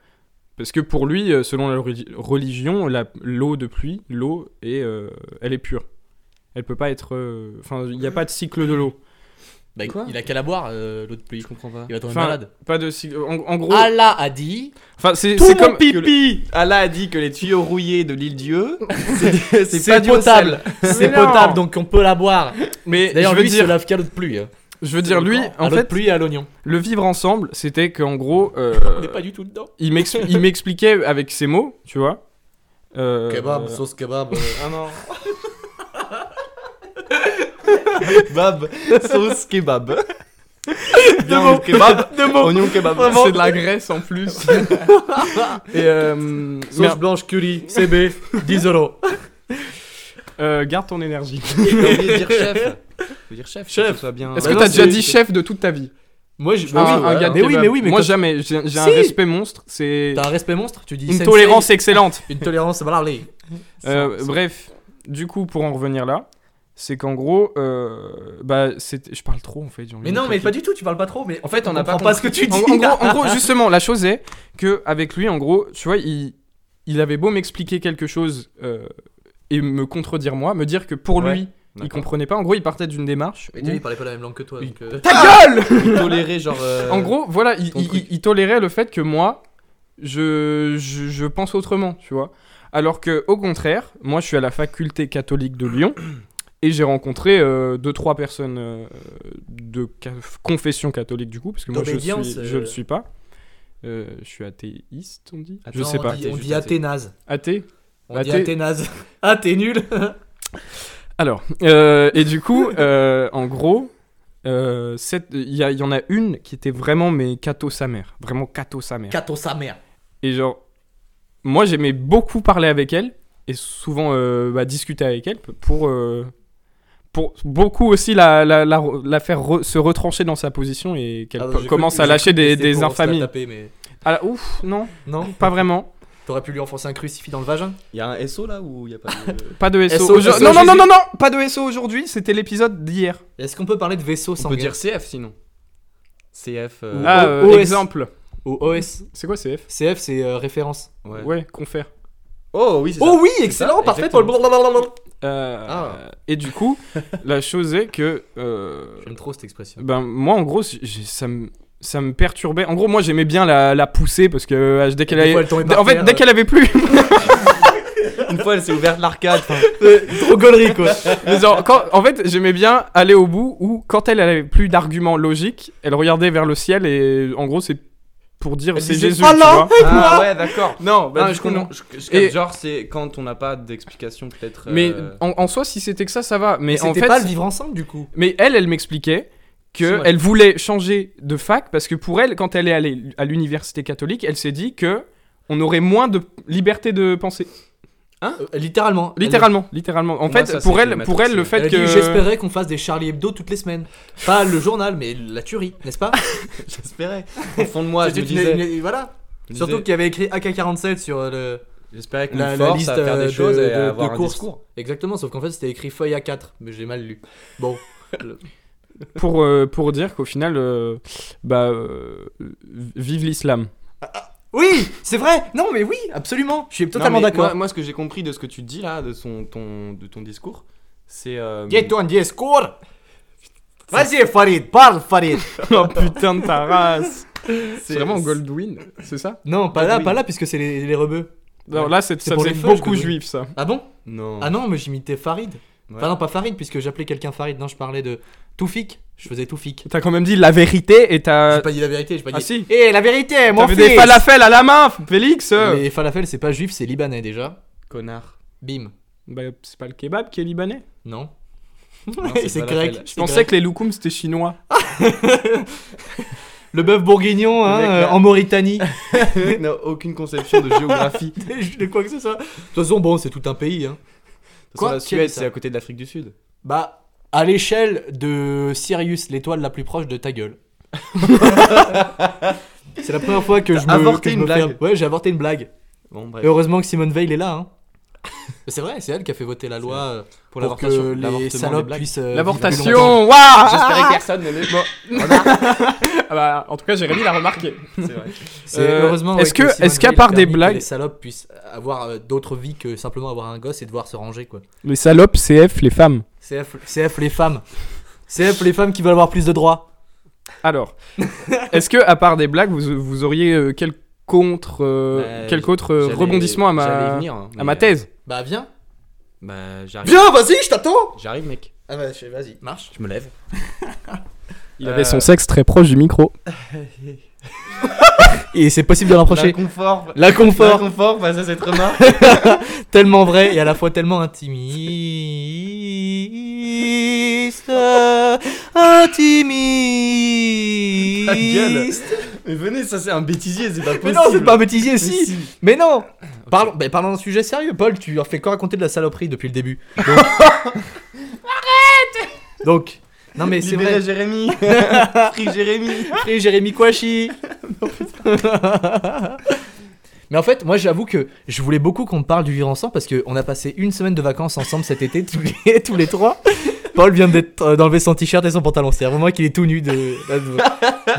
Speaker 4: Parce que pour lui, euh, selon la reli- religion, la- l'eau de pluie, l'eau, est, euh, elle est pure. Elle peut pas être. euh, Enfin, il n'y a pas de cycle de l'eau.
Speaker 3: Bah,
Speaker 4: Quoi
Speaker 3: il a qu'à la boire, euh, l'eau de pluie.
Speaker 2: Je comprends pas.
Speaker 3: Il va tomber
Speaker 4: Enfin, oh.
Speaker 3: malade.
Speaker 4: Pas de cycle. En, en gros.
Speaker 3: Allah a dit.
Speaker 4: Enfin, c'est
Speaker 2: Tout
Speaker 4: c'est
Speaker 2: mon
Speaker 4: comme.
Speaker 2: pipi Allah a dit que les tuyaux rouillés de l'île Dieu, c'est c'est pas
Speaker 3: C'est
Speaker 2: du au sel.
Speaker 3: potable. C'est
Speaker 4: Mais non.
Speaker 3: potable, donc on peut la boire.
Speaker 4: Mais je
Speaker 3: D'ailleurs,
Speaker 4: veux
Speaker 3: lui, il se
Speaker 4: dire,
Speaker 3: lave qu'à l'eau de pluie. hein.
Speaker 4: je veux dire lui,
Speaker 3: à
Speaker 4: en
Speaker 3: l'eau de
Speaker 4: fait,
Speaker 3: pluie et à l'oignon.
Speaker 4: le vivre ensemble, c'était qu'en gros, euh,
Speaker 3: On n'est pas du tout dedans.
Speaker 4: il m'expli- il m'expliquait avec ses mots, tu vois. euh,
Speaker 3: Kebab, sauce kebab. euh,
Speaker 2: Ah non. Bab, sauce kebab. Deux mots. Kebab, deux mots. Oignon kebab.
Speaker 4: C'est de la graisse en plus. Et euh, mais,
Speaker 3: Sauce blanche curry, CB, 10 euros.
Speaker 4: euh, garde ton énergie.
Speaker 2: Faut dire chef. Faut dire chef.
Speaker 3: Chef.
Speaker 2: que ce soit bien.
Speaker 4: Est-ce
Speaker 3: Bah
Speaker 4: que
Speaker 3: non,
Speaker 4: t'as
Speaker 3: c'est-
Speaker 4: déjà dit chef de toute ta vie
Speaker 3: Moi, je.
Speaker 4: Un-
Speaker 3: bah oui,
Speaker 4: Ah un
Speaker 3: ouais.
Speaker 4: gars de
Speaker 3: mais oui,
Speaker 4: kebab.
Speaker 3: mais oui, mais
Speaker 4: Moi
Speaker 3: quand-
Speaker 4: jamais, j'ai j'ai un
Speaker 3: Si.
Speaker 4: respect monstre, c'est
Speaker 3: T'as un respect monstre Tu dis
Speaker 4: une
Speaker 3: sensei,
Speaker 4: tolérance excellente.
Speaker 3: Une tolérance, voilà. allez.
Speaker 4: Euh, bref, du coup pour en revenir là, c'est qu'en gros, euh, bah c'est, je parle trop en fait. j'ai envie
Speaker 3: Mais
Speaker 4: de
Speaker 3: non, mais
Speaker 4: craquer.
Speaker 3: pas du tout, tu parles pas trop. Mais
Speaker 2: En fait, on n'a pas
Speaker 3: comprend pas ce que tu dis.
Speaker 4: En, en gros, en gros, justement, la chose est que avec lui, en gros, tu vois, il, il avait beau m'expliquer quelque chose euh, et me contredire moi, me dire que pour
Speaker 2: Ouais,
Speaker 4: lui, il
Speaker 2: d'accord.
Speaker 4: comprenait pas. En gros, il partait d'une démarche.
Speaker 3: Mais
Speaker 4: où-
Speaker 3: déjà, il parlait pas la même langue que toi. Donc, euh,
Speaker 2: Tolérer genre. euh,
Speaker 4: En gros, voilà, il,
Speaker 2: ton
Speaker 4: il-
Speaker 2: truc.
Speaker 4: il tolérait le fait que moi, je, je, je pense autrement, tu vois. Alors que, au contraire, moi, je suis à la faculté catholique de Lyon et j'ai rencontré euh, deux, trois personnes euh, de ca- confession catholique, du coup, parce que moi, je,
Speaker 3: D'obédience,
Speaker 4: suis, je
Speaker 3: euh.
Speaker 4: le suis pas. Euh, je suis athéiste, on dit Je
Speaker 3: attends,
Speaker 4: sais
Speaker 3: on
Speaker 4: pas.
Speaker 3: dit- On
Speaker 2: Juste
Speaker 3: dit
Speaker 2: athée.
Speaker 3: Athénase.
Speaker 4: Athée
Speaker 3: On dit
Speaker 4: Athée.
Speaker 3: Athénase. Ah, t'es nul.
Speaker 4: Alors, euh, et du coup, euh, en gros, euh, cette- il y, a- il y en a une qui était vraiment, mais cato sa mère. Vraiment cato sa mère.
Speaker 3: Cato sa mère.
Speaker 4: Et genre, moi j'aimais beaucoup parler avec elle et souvent euh, bah, discuter avec elle pour, euh, pour beaucoup aussi la, la, la, la faire re- se retrancher dans sa position et qu'elle
Speaker 3: Ah,
Speaker 4: po-
Speaker 3: j'ai
Speaker 4: commence
Speaker 3: cru-
Speaker 4: à
Speaker 3: j'ai
Speaker 4: lâcher
Speaker 3: cru que
Speaker 4: des,
Speaker 3: c'était
Speaker 4: des
Speaker 3: pour se la
Speaker 4: infamies.
Speaker 3: taper, mais-
Speaker 4: Ah, là, ouf, non,
Speaker 3: Non
Speaker 4: pas vraiment.
Speaker 3: T'aurais pu lui enfoncer un crucifix dans le vagin
Speaker 2: Il y a un SO là ou il y a pas de.
Speaker 4: Pas de SO.
Speaker 3: SO, SO,
Speaker 4: Aujourd'hui- non, non, non,
Speaker 3: Jésus.
Speaker 4: non, non, pas de SO aujourd'hui, c'était l'épisode d'hier.
Speaker 3: Est-ce qu'on peut parler de vaisseau sans
Speaker 2: CF sinon. CF. euh,
Speaker 4: Ah,
Speaker 3: O-
Speaker 4: euh,
Speaker 3: OS.
Speaker 4: exemple.
Speaker 3: Ou OS
Speaker 4: C'est quoi CF
Speaker 3: CF, c'est euh, référence.
Speaker 2: Ouais.
Speaker 4: Ouais, confère.
Speaker 2: Oh oui, c'est ça.
Speaker 3: Oh oui, excellent,
Speaker 2: ça,
Speaker 3: parfait, Paul.
Speaker 2: exactement.
Speaker 3: Blablabla.
Speaker 4: Euh,
Speaker 3: Ah.
Speaker 4: Et du coup, la chose est que. euh,
Speaker 3: J'aime trop cette expression.
Speaker 4: Ben, moi, en gros, j'ai- ça me, ça me perturbait. En gros, moi, j'aimais bien la, la pousser parce que euh, dès qu'elle
Speaker 3: Des
Speaker 4: avait.
Speaker 3: fois, elle euh. tombait par
Speaker 4: en fait,
Speaker 3: terre,
Speaker 4: dès qu'elle avait plus.
Speaker 2: Une fois, elle s'est ouverte l'arcade. enfin,
Speaker 3: Trop gaulerie, quoi.
Speaker 4: mais genre, quand- en fait, j'aimais bien aller au bout où, quand elle avait plus d'arguments logiques, elle regardait vers le ciel et en gros, c'est pour dire
Speaker 3: Elle
Speaker 4: c'est
Speaker 3: disait,
Speaker 4: Jésus.
Speaker 3: Oh
Speaker 4: tu
Speaker 3: non
Speaker 4: vois.
Speaker 2: Ah ouais, d'accord.
Speaker 4: Non, bah,
Speaker 2: Ah,
Speaker 4: du
Speaker 2: je
Speaker 4: coup, non.
Speaker 2: comprends. Je- je capte,
Speaker 4: Et-
Speaker 2: Genre, c'est quand on n'a pas d'explication, peut-être.
Speaker 4: Mais
Speaker 2: euh,
Speaker 4: en, en soi, si c'était que ça, ça va. Mais en
Speaker 3: C'était
Speaker 4: fait,
Speaker 3: pas le vivre ensemble, du coup.
Speaker 4: Mais elle, elle m'expliquait
Speaker 2: C'est
Speaker 4: que
Speaker 2: vrai.
Speaker 4: elle voulait changer de fac parce que pour elle, quand elle est allée à l'université catholique, elle s'est dit que on aurait moins de liberté de penser.
Speaker 3: Euh, littéralement. Elle-
Speaker 4: Littéralement, littéralement. En
Speaker 2: Moi,
Speaker 4: fait,
Speaker 2: ça,
Speaker 4: pour
Speaker 2: c'était
Speaker 4: elle,
Speaker 2: ma
Speaker 4: pour elle, le
Speaker 2: tristesse.
Speaker 4: fait
Speaker 3: Elle a dit,
Speaker 4: que
Speaker 3: J'espérais qu'on fasse des Charlie Hebdo toutes les semaines. Pas le journal, mais la tuerie, n'est-ce pas
Speaker 2: J'espérais. Au fond de moi, je
Speaker 3: C'était
Speaker 2: me
Speaker 3: une-
Speaker 2: disais.
Speaker 3: une- Voilà.
Speaker 2: je me
Speaker 3: Surtout
Speaker 2: disais,
Speaker 3: qu'il y avait écrit AK-47 sur euh, le,
Speaker 2: J'espérais qu'on
Speaker 3: la,
Speaker 2: me
Speaker 3: la
Speaker 2: force
Speaker 3: liste
Speaker 2: à faire des
Speaker 3: euh, de,
Speaker 2: choses
Speaker 3: de-
Speaker 2: et à
Speaker 3: de
Speaker 2: avoir un
Speaker 3: courses.
Speaker 2: discours.
Speaker 3: Exactement, sauf qu'en fait c'était écrit feuille A4, mais j'ai mal lu. Bon, Le-
Speaker 4: pour euh, pour dire qu'au final, euh, bah euh, vive l'islam.
Speaker 3: Oui, c'est vrai. Non, mais oui, absolument. Je suis
Speaker 2: Non,
Speaker 3: totalement
Speaker 2: mais
Speaker 3: d'accord.
Speaker 2: Moi, moi, ce que j'ai compris de ce que tu dis là, de, son, ton, de ton discours, c'est. euh,
Speaker 3: Get on the score.
Speaker 7: Vas-y, Farid, parle, Farid.
Speaker 4: oh putain de ta race C'est vraiment
Speaker 3: c'est-
Speaker 4: Goldwyn, c'est ça
Speaker 3: Non, pas là, pas là, puisque c'est les, les rebeux.
Speaker 4: Non,
Speaker 3: Ouais.
Speaker 4: là, c'est,
Speaker 3: C'est
Speaker 4: ça
Speaker 3: pour
Speaker 4: faisait
Speaker 3: les feuilles,
Speaker 4: beaucoup
Speaker 3: Goldwyn.
Speaker 4: juif, ça.
Speaker 3: Ah bon
Speaker 2: Non.
Speaker 3: Ah non, mais j'imitais Farid.
Speaker 2: Ouais.
Speaker 3: Enfin non, pas Farid, puisque j'appelais quelqu'un Farid. Non, je parlais de Toufik. Je faisais Toufik.
Speaker 4: T'as quand même dit la vérité et t'as.
Speaker 3: J'ai pas dit la vérité, j'ai pas dit.
Speaker 4: Ah si
Speaker 7: Eh, la vérité, mon
Speaker 4: T'avais
Speaker 7: fils.
Speaker 4: des falafels à la main, Félix
Speaker 3: Mais falafel, c'est pas juif, c'est libanais déjà.
Speaker 2: Connard.
Speaker 3: Bim.
Speaker 4: Bah, c'est pas le kebab qui est libanais.
Speaker 3: Non.
Speaker 2: c'est
Speaker 3: c'est
Speaker 2: falafel.
Speaker 3: grec.
Speaker 4: Je
Speaker 3: c'est
Speaker 4: pensais
Speaker 3: grec.
Speaker 4: que les loukoums c'était chinois.
Speaker 3: le bœuf bourguignon hein,
Speaker 2: Avec
Speaker 3: euh,
Speaker 2: la-
Speaker 3: en Mauritanie.
Speaker 2: n'a aucune conception de géographie. De toute
Speaker 3: De quoi que ce soit. De toute façon, bon, c'est tout un pays. Hein.
Speaker 2: façon,
Speaker 3: Quoi
Speaker 2: la
Speaker 3: Qui a
Speaker 2: Suède,
Speaker 3: dit ça
Speaker 2: c'est à côté de l'Afrique du Sud.
Speaker 3: Bah, à l'échelle de Sirius, l'étoile la plus proche de ta gueule. c'est la première fois que je me.
Speaker 2: avorté
Speaker 3: que je
Speaker 2: une
Speaker 3: me fais-
Speaker 2: blague.
Speaker 3: Ouais, j'ai avorté une blague.
Speaker 2: Bon,
Speaker 3: Et oh,
Speaker 2: bref.
Speaker 3: heureusement que Simone Veil est là. Hein. c'est vrai, c'est elle qui a fait voter la loi euh, pour,
Speaker 2: l'avortation,
Speaker 3: que les
Speaker 2: l'avortement, les
Speaker 3: salopes
Speaker 2: blagues.
Speaker 3: puissent. euh, vivre plus longtemps.
Speaker 4: L'avortation Waouh
Speaker 2: que personne ne l'est.
Speaker 4: Ah bah, En tout cas, Jérémy l'a remarqué.
Speaker 2: C'est vrai.
Speaker 3: C'est
Speaker 4: Euh,
Speaker 3: heureusement.
Speaker 4: est-ce que-
Speaker 3: Simone
Speaker 4: est-ce qu'à
Speaker 3: Veil a
Speaker 4: part des
Speaker 3: permis que
Speaker 4: blagues-
Speaker 3: les salopes puissent avoir euh, d'autres vies que simplement avoir un gosse et devoir se ranger quoi.
Speaker 4: Les salopes, CF, les femmes.
Speaker 3: CF, CF les femmes. CF les femmes qui veulent avoir plus de droits.
Speaker 4: Alors, est-ce que, à part des blagues, vous, vous auriez euh, quel contre, euh,
Speaker 2: Bah,
Speaker 4: quelque
Speaker 2: j-
Speaker 4: autre euh,
Speaker 2: j'allais-
Speaker 4: rebondissement à
Speaker 2: j'allais
Speaker 4: ma,
Speaker 2: y venir, hein,
Speaker 4: à
Speaker 2: mais,
Speaker 4: ma
Speaker 2: euh,
Speaker 4: thèse
Speaker 3: Bah viens.
Speaker 2: Bah, j'arrive.
Speaker 3: Viens, vas-y, je t'attends.
Speaker 2: J'arrive, mec.
Speaker 3: Ah bah vas-y, marche.
Speaker 2: Je me lève.
Speaker 4: Il
Speaker 2: Euh,
Speaker 4: avait son sexe très proche du micro.
Speaker 3: Et c'est possible de l'approcher.
Speaker 2: L'inconfort.
Speaker 3: L'inconfort,
Speaker 2: L'inconfort face à cette remarque.
Speaker 3: tellement vrai et à la fois tellement intimiste. Intimiste.
Speaker 2: Mais venez, ça c'est un bêtisier, c'est pas possible.
Speaker 3: Mais non, c'est pas un bêtisier,
Speaker 2: Mais
Speaker 3: si. Mais non Parlons, mais parlons d'un sujet sérieux, Paul, tu as fait que raconter de la saloperie depuis le début. Donc- Arrête Donc, non mais c'est
Speaker 2: Libérez
Speaker 3: vrai,
Speaker 2: Jérémy. Free Jérémy.
Speaker 3: Free Jérémy Kouachi Mais en fait, moi j'avoue que je voulais beaucoup qu'on parle du vivre ensemble parce qu'on a passé une semaine de vacances ensemble cet été, tous les, tous les trois. Paul vient d'être euh, d'enlever son t-shirt et son pantalon. C'est vraiment qu'il est tout nu de, là devant.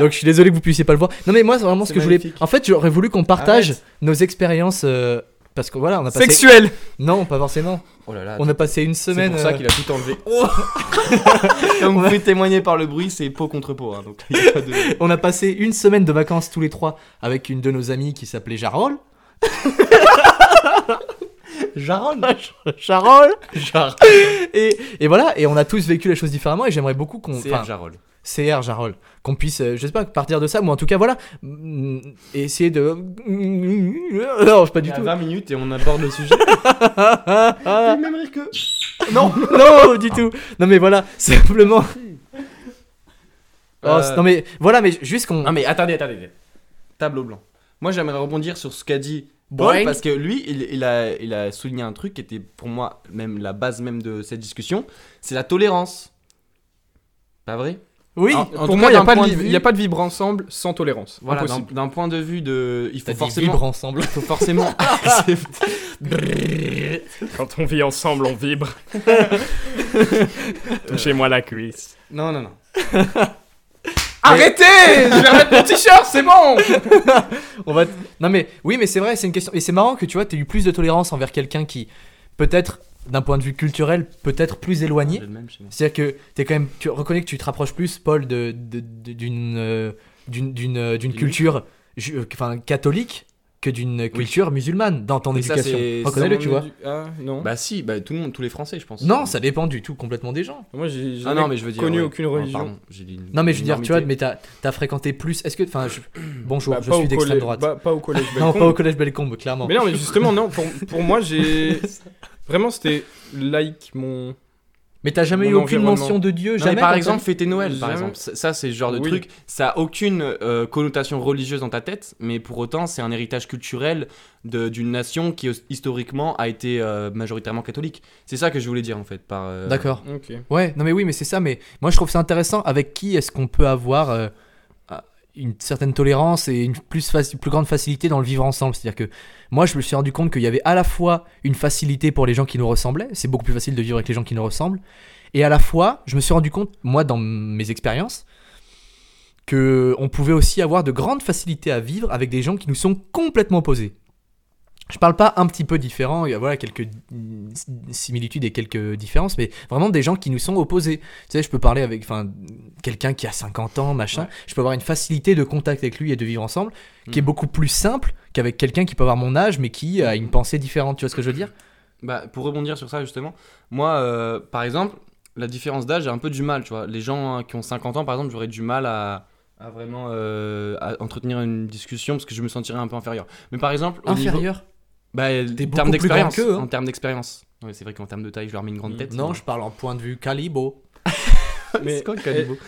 Speaker 3: Donc je suis désolé que vous puissiez pas le voir. Non mais moi c'est vraiment ce
Speaker 2: C'est
Speaker 3: que je voulais.
Speaker 2: magnifique.
Speaker 3: En fait, j'aurais voulu qu'on partage nos expériences euh, parce que voilà, on a passé.
Speaker 4: Sexuel
Speaker 3: Non, pas forcément.
Speaker 2: Oh là là.
Speaker 3: On a passé une
Speaker 2: C'est
Speaker 3: semaine.
Speaker 2: pour ça
Speaker 3: euh,
Speaker 2: qu'il a tout enlevé.
Speaker 4: Oh.
Speaker 2: Comme vous pouvez témoigner par le bruit, c'est peau contre peau. hein, donc, il y a pas de...
Speaker 3: On a passé une semaine de vacances tous les trois avec une de nos amies qui s'appelait Jarol. Jarol Jarol et, et voilà, et on a tous vécu les choses différemment et j'aimerais beaucoup qu'on...
Speaker 2: C'est
Speaker 3: enfin,
Speaker 2: Jarol.
Speaker 3: CR Jarol. Qu'on puisse, euh, je sais pas, partir de ça, ou en tout cas, voilà, mm, essayer de... mm, Non, pas du
Speaker 2: Il y a
Speaker 3: tout.
Speaker 2: 20 minutes et on aborde le sujet.
Speaker 3: Ah,
Speaker 2: même rire que.
Speaker 3: non, non, du tout. Non mais voilà, simplement... Oh,
Speaker 2: Euh,
Speaker 3: Non mais voilà, mais juste qu'on...
Speaker 2: Non mais attendez, attendez. Tableau blanc. Moi j'aimerais rebondir sur ce qu'a dit Paul
Speaker 3: Boing.
Speaker 2: parce que lui il, il a, il a souligné un truc qui était pour moi même la base même de cette discussion, c'est la tolérance. Pas vrai
Speaker 3: Oui,
Speaker 2: en- en tout
Speaker 4: Pour moi,
Speaker 2: cas,
Speaker 4: il n'y
Speaker 2: d'un
Speaker 4: a, pas de
Speaker 2: point de
Speaker 4: liv-
Speaker 2: vue-
Speaker 4: y a pas de vivre ensemble sans tolérance.
Speaker 2: Voilà, d'un
Speaker 4: Impossible.
Speaker 2: d'un point de vue de... Il faut
Speaker 3: t'as dit
Speaker 2: forcément...
Speaker 3: vibre ensemble.
Speaker 2: Il faut forcément accepter...
Speaker 4: Quand on vit ensemble, on vibre. Touchez-moi la cuisse.
Speaker 2: Non, non, non.
Speaker 4: Arrêtez Je vais remettre mon t-shirt, c'est bon
Speaker 3: On va t- Non mais oui mais c'est vrai c'est une question et c'est marrant que tu vois t'as eu plus de tolérance envers quelqu'un qui peut-être d'un point de vue culturel peut-être plus
Speaker 2: J'ai
Speaker 3: éloigné.
Speaker 2: le même chez moi.
Speaker 3: C'est-à-dire que t'es quand même tu reconnais que tu te rapproches plus Paul de de- de- d'une euh, d'une d'une euh, d'une
Speaker 2: D'une-
Speaker 3: culture ju- euh, enfin catholique que d'une culture musulmane dans ton
Speaker 2: Et ça,
Speaker 3: éducation.
Speaker 2: c'est-
Speaker 3: Reconnais-le
Speaker 4: Sans
Speaker 3: tu vois.
Speaker 4: édu- Ah, non.
Speaker 2: Bah si, bah tout le monde, tous les Français je pense.
Speaker 3: Non ça dépend du tout complètement des gens.
Speaker 4: Moi, j'ai
Speaker 2: Ah
Speaker 4: jamais
Speaker 2: non mais je veux dire...
Speaker 4: connu
Speaker 2: ouais.
Speaker 4: aucune
Speaker 2: Ah,
Speaker 4: religion.
Speaker 2: pardon, j'ai dit une-
Speaker 3: Non mais je
Speaker 2: une
Speaker 3: veux dire tu vois
Speaker 2: énormité.
Speaker 3: mais t'as t'as fréquenté plus est-ce que enfin je- bonjour
Speaker 4: Bah,
Speaker 3: je
Speaker 4: pas
Speaker 3: suis
Speaker 4: au
Speaker 3: d'extrême
Speaker 4: collège-
Speaker 3: droite.
Speaker 4: bah, Pas au collège
Speaker 3: non
Speaker 4: Bellecombe.
Speaker 3: pas au collège Bellecombe clairement.
Speaker 4: Mais non, mais justement, non, pour, pour moi, j'ai. Vraiment, c'était laïque, mon.
Speaker 3: Mais t'as jamais
Speaker 4: Mon
Speaker 3: eu aucune
Speaker 4: environnement.
Speaker 3: mention de Dieu
Speaker 2: Non,
Speaker 3: jamais.
Speaker 2: mais par
Speaker 3: dans ta
Speaker 2: exemple,
Speaker 3: vie
Speaker 2: fêter Noël, par
Speaker 4: Jamais.
Speaker 2: exemple. Ça, ça, c'est ce genre de
Speaker 4: Oui.
Speaker 2: truc. Ça a aucune euh, connotation religieuse dans ta tête, mais pour autant, c'est un héritage culturel de- d'une nation qui his- historiquement a été euh, majoritairement catholique. C'est ça que je voulais dire en fait. Par euh,
Speaker 3: D'accord.
Speaker 4: Ok.
Speaker 3: Ouais, non mais oui, mais c'est ça, mais moi je trouve ça intéressant, avec qui est-ce qu'on peut avoir euh, ah, une certaine tolérance et une plus, faci- plus grande facilité dans le vivre ensemble C'est-à-dire que moi je me suis rendu compte qu'il y avait à la fois une facilité pour les gens qui nous ressemblaient, c'est beaucoup plus facile de vivre avec les gens qui nous ressemblent, et à la fois je me suis rendu compte, moi dans mes expériences, que on pouvait aussi avoir de grandes facilités à vivre avec des gens qui nous sont complètement opposés. je parle pas un petit peu différent, il y a voilà, quelques mm, similitudes et quelques différences, mais vraiment des gens qui nous sont opposés. Tu sais, je peux parler avec enfin, quelqu'un qui a 50 ans, machin, je peux avoir une facilité de contact avec lui et de vivre ensemble, qui est
Speaker 2: Mhm.
Speaker 3: beaucoup plus simple qu'avec quelqu'un qui peut avoir mon âge, mais qui a une pensée différente, tu vois ce que je veux dire
Speaker 2: Bah, pour rebondir sur ça, justement, moi, euh, par exemple, la différence d'âge, j'ai un peu du mal, tu vois. Les gens hein, qui ont 50 ans, par exemple, j'aurais du mal à, à vraiment euh, à entretenir une discussion parce que je me sentirais un peu inférieur. Mais par exemple, au niveau-
Speaker 3: Inférieur
Speaker 2: Bah, en
Speaker 3: beaucoup
Speaker 2: termes
Speaker 3: plus
Speaker 2: d'expérience.
Speaker 3: grand qu'eux, hein. Mm.
Speaker 2: En termes d'expérience. Ouais, c'est vrai qu'en termes de taille, je leur mets une grande tête.
Speaker 3: Non, je parle en point de vue calibo.
Speaker 2: mais...
Speaker 4: quoi le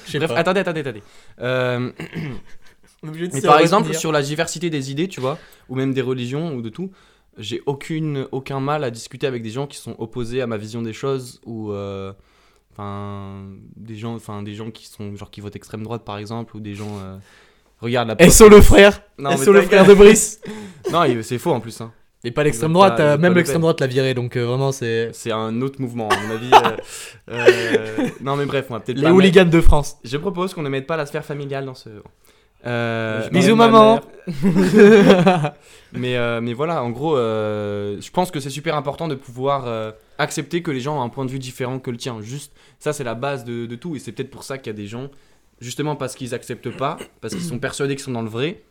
Speaker 3: Je sais
Speaker 2: Bref,
Speaker 3: pas.
Speaker 2: attendez, attendez, attendez. Euh, Mais
Speaker 3: Mais
Speaker 2: par exemple, sur la diversité des idées, tu vois, ou même des religions ou de tout, j'ai aucune, aucun mal à discuter avec des gens qui sont opposés à ma vision des choses ou euh, enfin des gens, enfin des gens qui sont genre qui votent extrême droite par exemple ou des gens. euh, regarde la.
Speaker 3: SO le frère
Speaker 2: Non, mais
Speaker 3: SO le
Speaker 2: ta
Speaker 3: frère de
Speaker 2: gueule.
Speaker 3: Brice
Speaker 2: Non, il- c'est faux en plus. hein.
Speaker 3: Et pas l'extrême
Speaker 2: T'as-
Speaker 3: droite,
Speaker 2: t'as
Speaker 3: euh,
Speaker 2: pas le
Speaker 3: même l'extrême
Speaker 2: Pen.
Speaker 3: droite l'a viré, donc euh, vraiment c'est.
Speaker 2: C'est un autre mouvement à mon avis. euh, euh, non mais bref, on va peut-être.
Speaker 3: Les
Speaker 2: pas
Speaker 3: hooligans de France.
Speaker 2: mettre- Je propose qu'on ne mette pas la sphère familiale dans ce. Euh,
Speaker 3: Bisous, maman.
Speaker 2: Mais, euh, mais voilà, en gros, euh, je pense que c'est super important de pouvoir euh, accepter que les gens ont un point de vue différent que le tien. Juste, ça, c'est la base de, de tout. Et c'est peut-être pour ça qu'il y a des gens, justement parce qu'ils acceptent pas, parce qu'ils sont persuadés qu'ils sont dans le vrai,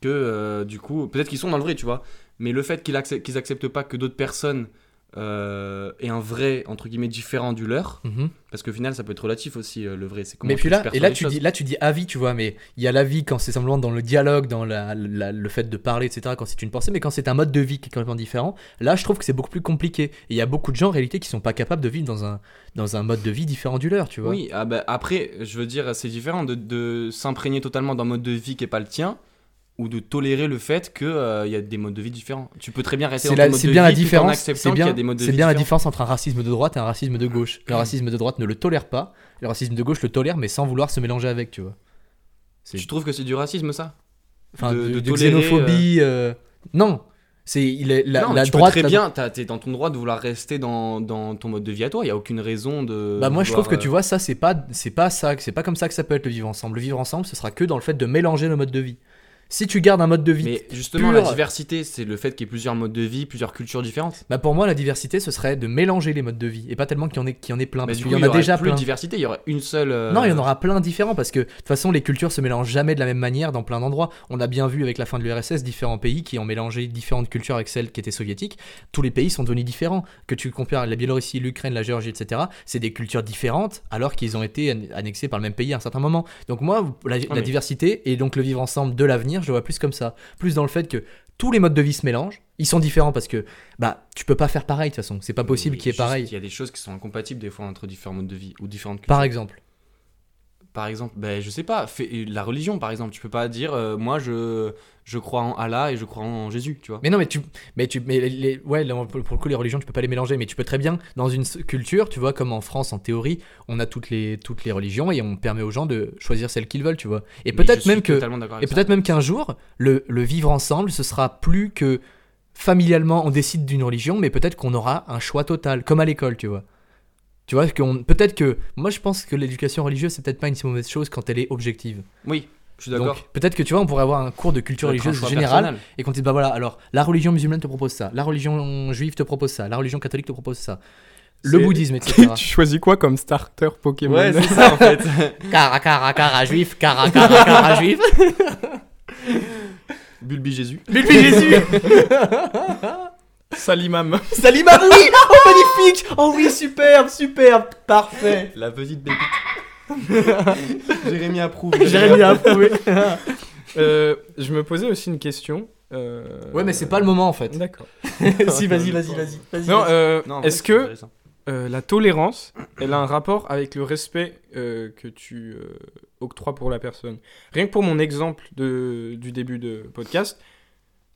Speaker 2: que euh, du coup, peut-être qu'ils sont dans le vrai, tu vois. Mais le fait qu'ils acceptent, qu'ils acceptent pas que d'autres personnes euh, aient un vrai, entre guillemets, différent du leur,
Speaker 3: Mhm.
Speaker 2: parce qu'au final, ça peut être relatif aussi, euh, le vrai. C'est comment
Speaker 3: Mais
Speaker 2: tu
Speaker 3: puis là,
Speaker 2: perçois
Speaker 3: et là
Speaker 2: les
Speaker 3: tu
Speaker 2: choses.
Speaker 3: dis, là tu dis avis, tu vois, mais il y a l'avis quand c'est simplement dans le dialogue, dans la- la- le fait de parler, etc. Quand c'est une pensée, mais quand c'est un mode de vie qui est complètement différent, là je trouve que c'est beaucoup plus compliqué. Et il y a beaucoup de gens en réalité qui sont pas capables de vivre dans un dans un mode de vie différent du leur, tu vois.
Speaker 2: Oui, ah bah, après, je veux dire, c'est différent de, de s'imprégner totalement d'un mode de vie qui n'est pas le tien ou de tolérer le fait qu'il y a des modes de vie différents. Tu peux très bien rester
Speaker 3: C'est
Speaker 2: dans
Speaker 3: la-
Speaker 2: ton mode
Speaker 3: c'est
Speaker 2: de
Speaker 3: bien la
Speaker 2: vie tout en
Speaker 3: différence. C'est
Speaker 2: acceptant qu'il y a
Speaker 3: bien,
Speaker 2: des modes de
Speaker 3: c'est
Speaker 2: vie
Speaker 3: bien la
Speaker 2: différents. Mm.
Speaker 3: différence entre un racisme de droite et un racisme de gauche. Le racisme de droite ne le tolère pas. Le racisme de gauche le tolère, mais sans vouloir se mélanger avec, tu vois. C'est-
Speaker 2: Tu trouves que c'est du racisme, ça
Speaker 3: Enfin,
Speaker 2: de-
Speaker 3: de,
Speaker 2: de
Speaker 3: de
Speaker 2: tolérer,
Speaker 3: xénophobie. euh, Non, c'est il est la,
Speaker 2: Non,
Speaker 3: la
Speaker 2: mais tu
Speaker 3: droite.
Speaker 2: peux
Speaker 3: la
Speaker 2: très bien, t'as- t'es dans ton droit de vouloir rester dans, dans ton mode de vie à toi. Il n'y a aucune raison de.
Speaker 3: Bah moi je
Speaker 2: vouloir,
Speaker 3: trouve que
Speaker 2: euh,
Speaker 3: tu vois ça c'est pas c'est pas ça que- c'est pas comme ça que ça peut être le vivre ensemble. Le vivre ensemble ce sera que dans le fait de mélanger nos modes de vie. Si tu gardes un mode de vie,
Speaker 2: Mais justement, la
Speaker 3: pure.
Speaker 2: diversité, c'est le fait qu'il y ait plusieurs modes de vie, plusieurs cultures différentes.
Speaker 3: bah pour moi la diversité ce serait de mélanger les modes de vie et pas tellement qu'il y en ait qu'il y en ait plein
Speaker 2: Mais
Speaker 3: parce
Speaker 2: du
Speaker 3: qu'il
Speaker 2: coup,
Speaker 3: y en
Speaker 2: il y
Speaker 3: a
Speaker 2: aurait
Speaker 3: déjà
Speaker 2: plus
Speaker 3: plein.
Speaker 2: de diversité, il y aurait une seule. euh,
Speaker 3: Non, il y en aura plein différents parce que de toute façon les cultures se mélangent jamais de la même manière dans plein d'endroits. On l'a bien vu avec la fin de l'URSS, différents pays qui ont mélangé différentes cultures avec celles qui étaient soviétiques. Tous les pays sont devenus différents. Que tu compares la Biélorussie, l'Ukraine, la Géorgie, etc. C'est des cultures différentes alors qu'ils ont été an- annexés par le même pays à un certain moment. Donc moi, la, la
Speaker 2: Ah, mais-
Speaker 3: diversité et donc le vivre ensemble de l'avenir, je le vois plus comme ça, plus dans le fait que tous les modes de vie se mélangent. Ils sont différents parce que bah tu peux pas faire pareil de toute façon. C'est pas possible
Speaker 2: mais
Speaker 3: qu'il y ait
Speaker 2: juste,
Speaker 3: pareil.
Speaker 2: Il y a des choses qui sont incompatibles des fois entre différents modes de vie ou différentes cultures.
Speaker 3: Par exemple.
Speaker 2: Par exemple, ben, je sais pas, fais- la religion par exemple, tu peux pas dire euh, moi je, je crois en Allah et je crois en Jésus, tu vois.
Speaker 3: Mais non, mais tu, mais tu, mais les- les, ouais, là, pour pour le coup, les religions, tu peux pas les mélanger, mais tu peux très bien dans une s- culture, tu vois, comme en France, en théorie, on a toutes les toutes les religions et on permet aux gens de choisir celles qu'ils veulent, tu vois.
Speaker 2: Mais
Speaker 3: Et
Speaker 2: je
Speaker 3: peut-être
Speaker 2: suis
Speaker 3: même que,
Speaker 2: totalement d'accord
Speaker 3: et
Speaker 2: avec ça.
Speaker 3: peut-être même qu'un jour, le le vivre ensemble, ce sera plus que familialement, on décide d'une religion, mais peut-être qu'on aura un choix total, comme à l'école, tu vois. Tu vois, qu'on- peut-être que. Moi, je pense que l'éducation religieuse, c'est peut-être pas une si mauvaise chose quand elle est objective.
Speaker 2: Oui, je suis d'accord.
Speaker 3: Donc, peut-être que tu vois, on pourrait avoir un cours de
Speaker 2: Tu
Speaker 3: culture
Speaker 2: as
Speaker 3: religieuse générale et qu'on te dit bah voilà alors la religion musulmane te propose ça, la religion juive te propose ça, la religion catholique te propose ça, le
Speaker 4: C'est-
Speaker 3: bouddhisme etc.
Speaker 4: tu choisis quoi comme starter Pokémon
Speaker 2: Ouais, c'est ça en fait.
Speaker 3: cara cara cara juif, cara cara cara juif.
Speaker 2: Bulbi Jésus.
Speaker 3: Bulbi Jésus,
Speaker 4: Salimam.
Speaker 3: Salim Aboui, oh magnifique, oh oui superbe superbe, parfait.
Speaker 2: La petite pépite. Jérémy approuve.
Speaker 3: Jérémy a approuvé.
Speaker 4: Euh, je me posais aussi une question. euh,
Speaker 3: Ouais mais c'est pas le moment en fait.
Speaker 4: D'accord.
Speaker 3: si vas-y vas-y vas-y. vas-y,
Speaker 4: Non,
Speaker 3: vas-y.
Speaker 4: euh,
Speaker 2: Non, en vrai,
Speaker 4: est-ce
Speaker 2: c'est
Speaker 4: que
Speaker 2: intéressant.
Speaker 4: euh, la tolérance, elle a un rapport avec le respect euh, que tu euh, octroies pour la personne Rien que pour mon exemple de, du début de podcast,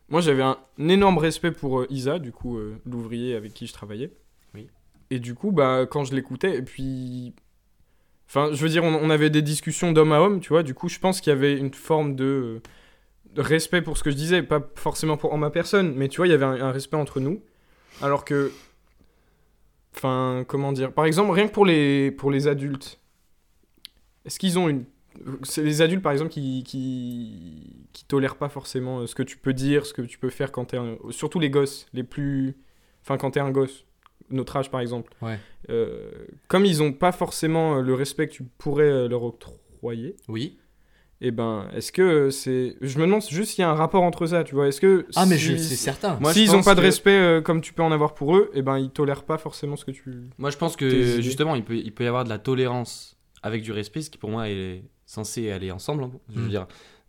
Speaker 4: moi j'avais un, énorme respect pour euh, Isa, du coup euh, l'ouvrier avec qui je travaillais.
Speaker 2: Oui.
Speaker 4: Et du coup, bah, quand je l'écoutais, et puis... Enfin, je veux dire, on, on avait des discussions d'homme à homme, tu vois, du coup je pense qu'il y avait une forme de, de respect pour ce que je disais, pas forcément pour, en ma personne, mais tu vois, il y avait un- un respect entre nous. Alors que Enfin, comment dire Par exemple, rien que pour les, pour les adultes, est-ce qu'ils ont une, c'est les adultes par exemple qui, qui qui tolèrent pas forcément euh, ce que tu peux dire, ce que tu peux faire quand t'es un... surtout les gosses, les plus enfin quand t'es un gosse, notre âge par exemple.
Speaker 3: Ouais.
Speaker 4: Euh, comme ils ont pas forcément euh, le respect que tu pourrais euh, leur octroyer,
Speaker 3: Oui.
Speaker 4: et ben est-ce que euh, c'est je me demande juste s'il y a un rapport entre ça, tu vois, est-ce que
Speaker 3: Ah, mais
Speaker 4: si-
Speaker 3: je- c'est certain.
Speaker 2: Moi, je
Speaker 4: S'ils ont
Speaker 2: pense
Speaker 4: pas de
Speaker 2: que-
Speaker 4: respect euh, comme tu peux en avoir pour eux, et ben ils tolèrent pas forcément ce que tu.
Speaker 2: Moi, je pense
Speaker 4: Tes
Speaker 2: que
Speaker 4: idées.
Speaker 2: justement, il peut, il peut y avoir de la tolérance avec du respect, ce qui pour moi est censé aller ensemble. hein. Je veux
Speaker 3: Mm.
Speaker 2: dire,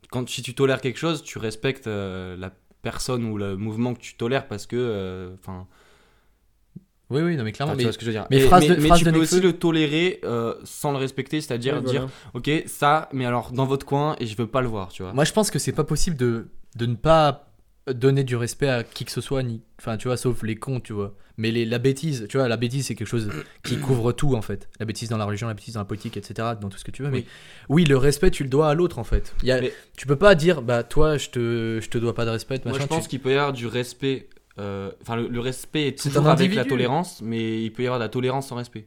Speaker 2: quand si tu tolères quelque chose, tu respectes euh, la personne ou le mouvement que tu tolères parce que, euh, enfin,
Speaker 3: Oui, oui, non, mais clairement.
Speaker 2: tu
Speaker 3: Mais...
Speaker 2: vois ce que je veux dire.
Speaker 3: mais
Speaker 2: Et-
Speaker 3: phrase de-
Speaker 2: mais
Speaker 3: phrase
Speaker 2: tu
Speaker 3: de
Speaker 2: peux
Speaker 3: Nekfeu.
Speaker 2: aussi le tolérer euh, sans le respecter, c'est-à-dire
Speaker 4: Ouais,
Speaker 2: dire,
Speaker 4: voilà.
Speaker 2: ok, ça, mais alors dans votre coin et je veux pas le voir, tu vois.
Speaker 3: Moi, je pense que c'est pas possible de, de ne pas donner du respect à qui que ce soit, ni, enfin, tu vois, sauf les cons, tu vois. Mais les, la bêtise, tu vois, la bêtise, c'est quelque chose qui couvre tout, en fait. La bêtise dans la religion, la bêtise dans la politique, etc., dans tout ce que tu veux. Mais
Speaker 2: Oui.
Speaker 3: oui, le respect, tu le dois à l'autre, en fait. Il y a-
Speaker 2: Mais-
Speaker 3: Tu peux pas dire, bah, toi, je te, je te dois pas de respect,
Speaker 2: Moi,
Speaker 3: machin.
Speaker 2: je
Speaker 3: tu-
Speaker 2: pense qu'il peut y avoir du respect. euh, Enfin, le, le respect est
Speaker 3: C'est
Speaker 2: toujours
Speaker 3: un
Speaker 2: avec la
Speaker 3: individu.
Speaker 2: tolérance, mais il peut y avoir de la tolérance sans respect.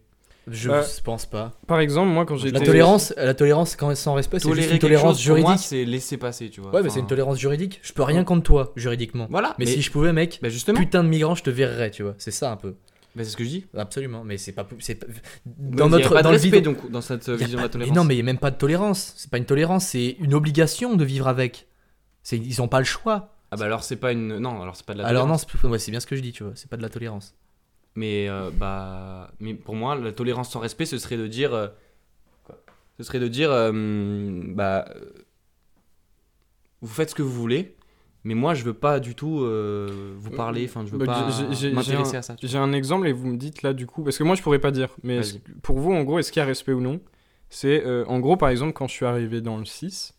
Speaker 3: Je
Speaker 4: Euh,
Speaker 3: pense pas.
Speaker 4: Par exemple, moi quand j'étais
Speaker 3: La tolérance, la tolérance quand sans respect, c'est juste
Speaker 2: Tolérer
Speaker 3: une
Speaker 2: quelque
Speaker 3: tolérance
Speaker 2: chose, pour moi,
Speaker 3: juridique.
Speaker 2: c'est laisser passer, tu vois.
Speaker 3: ouais, mais c'est
Speaker 2: Enfin,
Speaker 3: une tolérance juridique. Je peux rien contre toi, juridiquement.
Speaker 2: Voilà.
Speaker 3: Mais, si je pouvais, mec,
Speaker 2: Bah justement,
Speaker 3: putain de migrant, je te verrais, tu vois. C'est ça un peu.
Speaker 2: Bah, c'est ce que je dis.
Speaker 3: Absolument. Mais c'est pas. c'est pas-
Speaker 2: Il
Speaker 3: Dans
Speaker 2: y a
Speaker 3: notre.
Speaker 2: pas de
Speaker 3: Dans le
Speaker 2: respect,
Speaker 3: vide.
Speaker 2: donc dans cette euh,
Speaker 3: il y a
Speaker 2: vision de
Speaker 3: pas-
Speaker 2: la tolérance.
Speaker 3: mais non, mais il n'y a même pas de tolérance. C'est pas une tolérance, c'est une obligation de vivre avec. C'est- Ils ont pas le choix.
Speaker 2: Ah bah alors c'est pas une non, alors c'est pas de la
Speaker 3: Alors
Speaker 2: tolérance.
Speaker 3: non, c'est ouais, c'est bien ce que je dis, tu vois. C'est pas de la tolérance.
Speaker 2: Mais euh, bah mais pour moi la tolérance sans respect ce serait de dire euh, Ce serait de dire euh, hum, bah euh, vous faites ce que vous voulez. Mais moi, je veux pas du tout euh, vous parler, enfin, je veux
Speaker 4: Bah,
Speaker 2: pas
Speaker 4: j'ai- j'ai- j'ai
Speaker 2: m'intéresser
Speaker 4: un-
Speaker 2: à ça. tu vois.
Speaker 4: J'ai un exemple et vous me dites là du coup, parce que moi je pourrais pas dire, mais
Speaker 2: Vas-y.
Speaker 4: est-ce que- pour vous en gros, est-ce qu'il y a respect ou non C'est euh, en gros par exemple quand je suis arrivé dans le 6,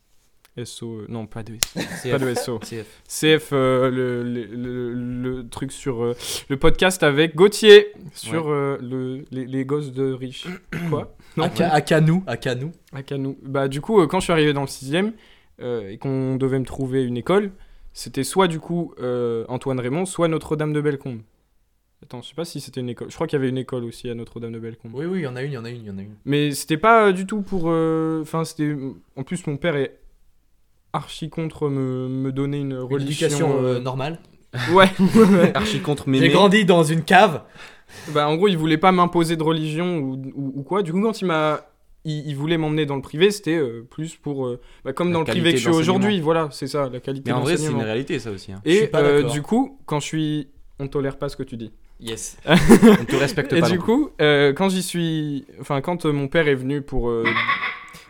Speaker 4: SO, euh, non pas de SO,
Speaker 2: C'est-
Speaker 4: pas de SO,
Speaker 2: c'est-
Speaker 4: CF, euh, le, le- le- le truc sur euh, le podcast avec Gauthier, sur euh, le, les, les gosses de riches. Quoi Non,
Speaker 3: À Ca- à Canou, à Canou.
Speaker 4: à Canou. Bah, du coup, euh, quand je suis arrivé dans le 6ème et qu'on devait me trouver une école, c'était soit du coup euh, Antoine Raymond, soit Notre-Dame de Bellecombe. Attends, je sais pas si c'était une école. Je crois qu'il y avait une école aussi à Notre-Dame de Bellecombe.
Speaker 3: Oui, oui, il y en a une, il y en a une, il y en a une.
Speaker 4: Mais c'était pas euh, du tout pour. euh, Enfin, c'était. En plus, mon père est archi contre me, me donner une
Speaker 3: Une
Speaker 4: religion.
Speaker 3: éducation
Speaker 4: euh,
Speaker 3: euh, normale.
Speaker 4: Ouais.
Speaker 2: Archi contre
Speaker 3: J'ai
Speaker 2: mémé.
Speaker 3: grandi dans une cave.
Speaker 4: Bah, en gros, il voulait pas m'imposer de religion ou, ou- ou quoi. Du coup, quand il m'a. Il, il voulait m'emmener dans le privé, c'était euh, plus pour. euh, bah, comme
Speaker 2: La
Speaker 4: dans le privé
Speaker 2: qualité
Speaker 4: que je suis
Speaker 2: d'enseignement.
Speaker 4: aujourd'hui, voilà, c'est ça, la qualité
Speaker 2: Mais en vrai, c'est une
Speaker 4: d'enseignement.
Speaker 2: réalité, ça aussi. hein.
Speaker 3: Je suis
Speaker 4: Et
Speaker 3: pas
Speaker 4: euh,
Speaker 3: d'accord.
Speaker 4: du coup, quand je suis. On tolère pas ce que tu dis.
Speaker 2: Yes. On te respecte
Speaker 4: Et
Speaker 2: pas.
Speaker 4: du
Speaker 2: non plus.
Speaker 4: coup, euh, quand j'y suis. Enfin, quand euh, mon père est venu pour. euh,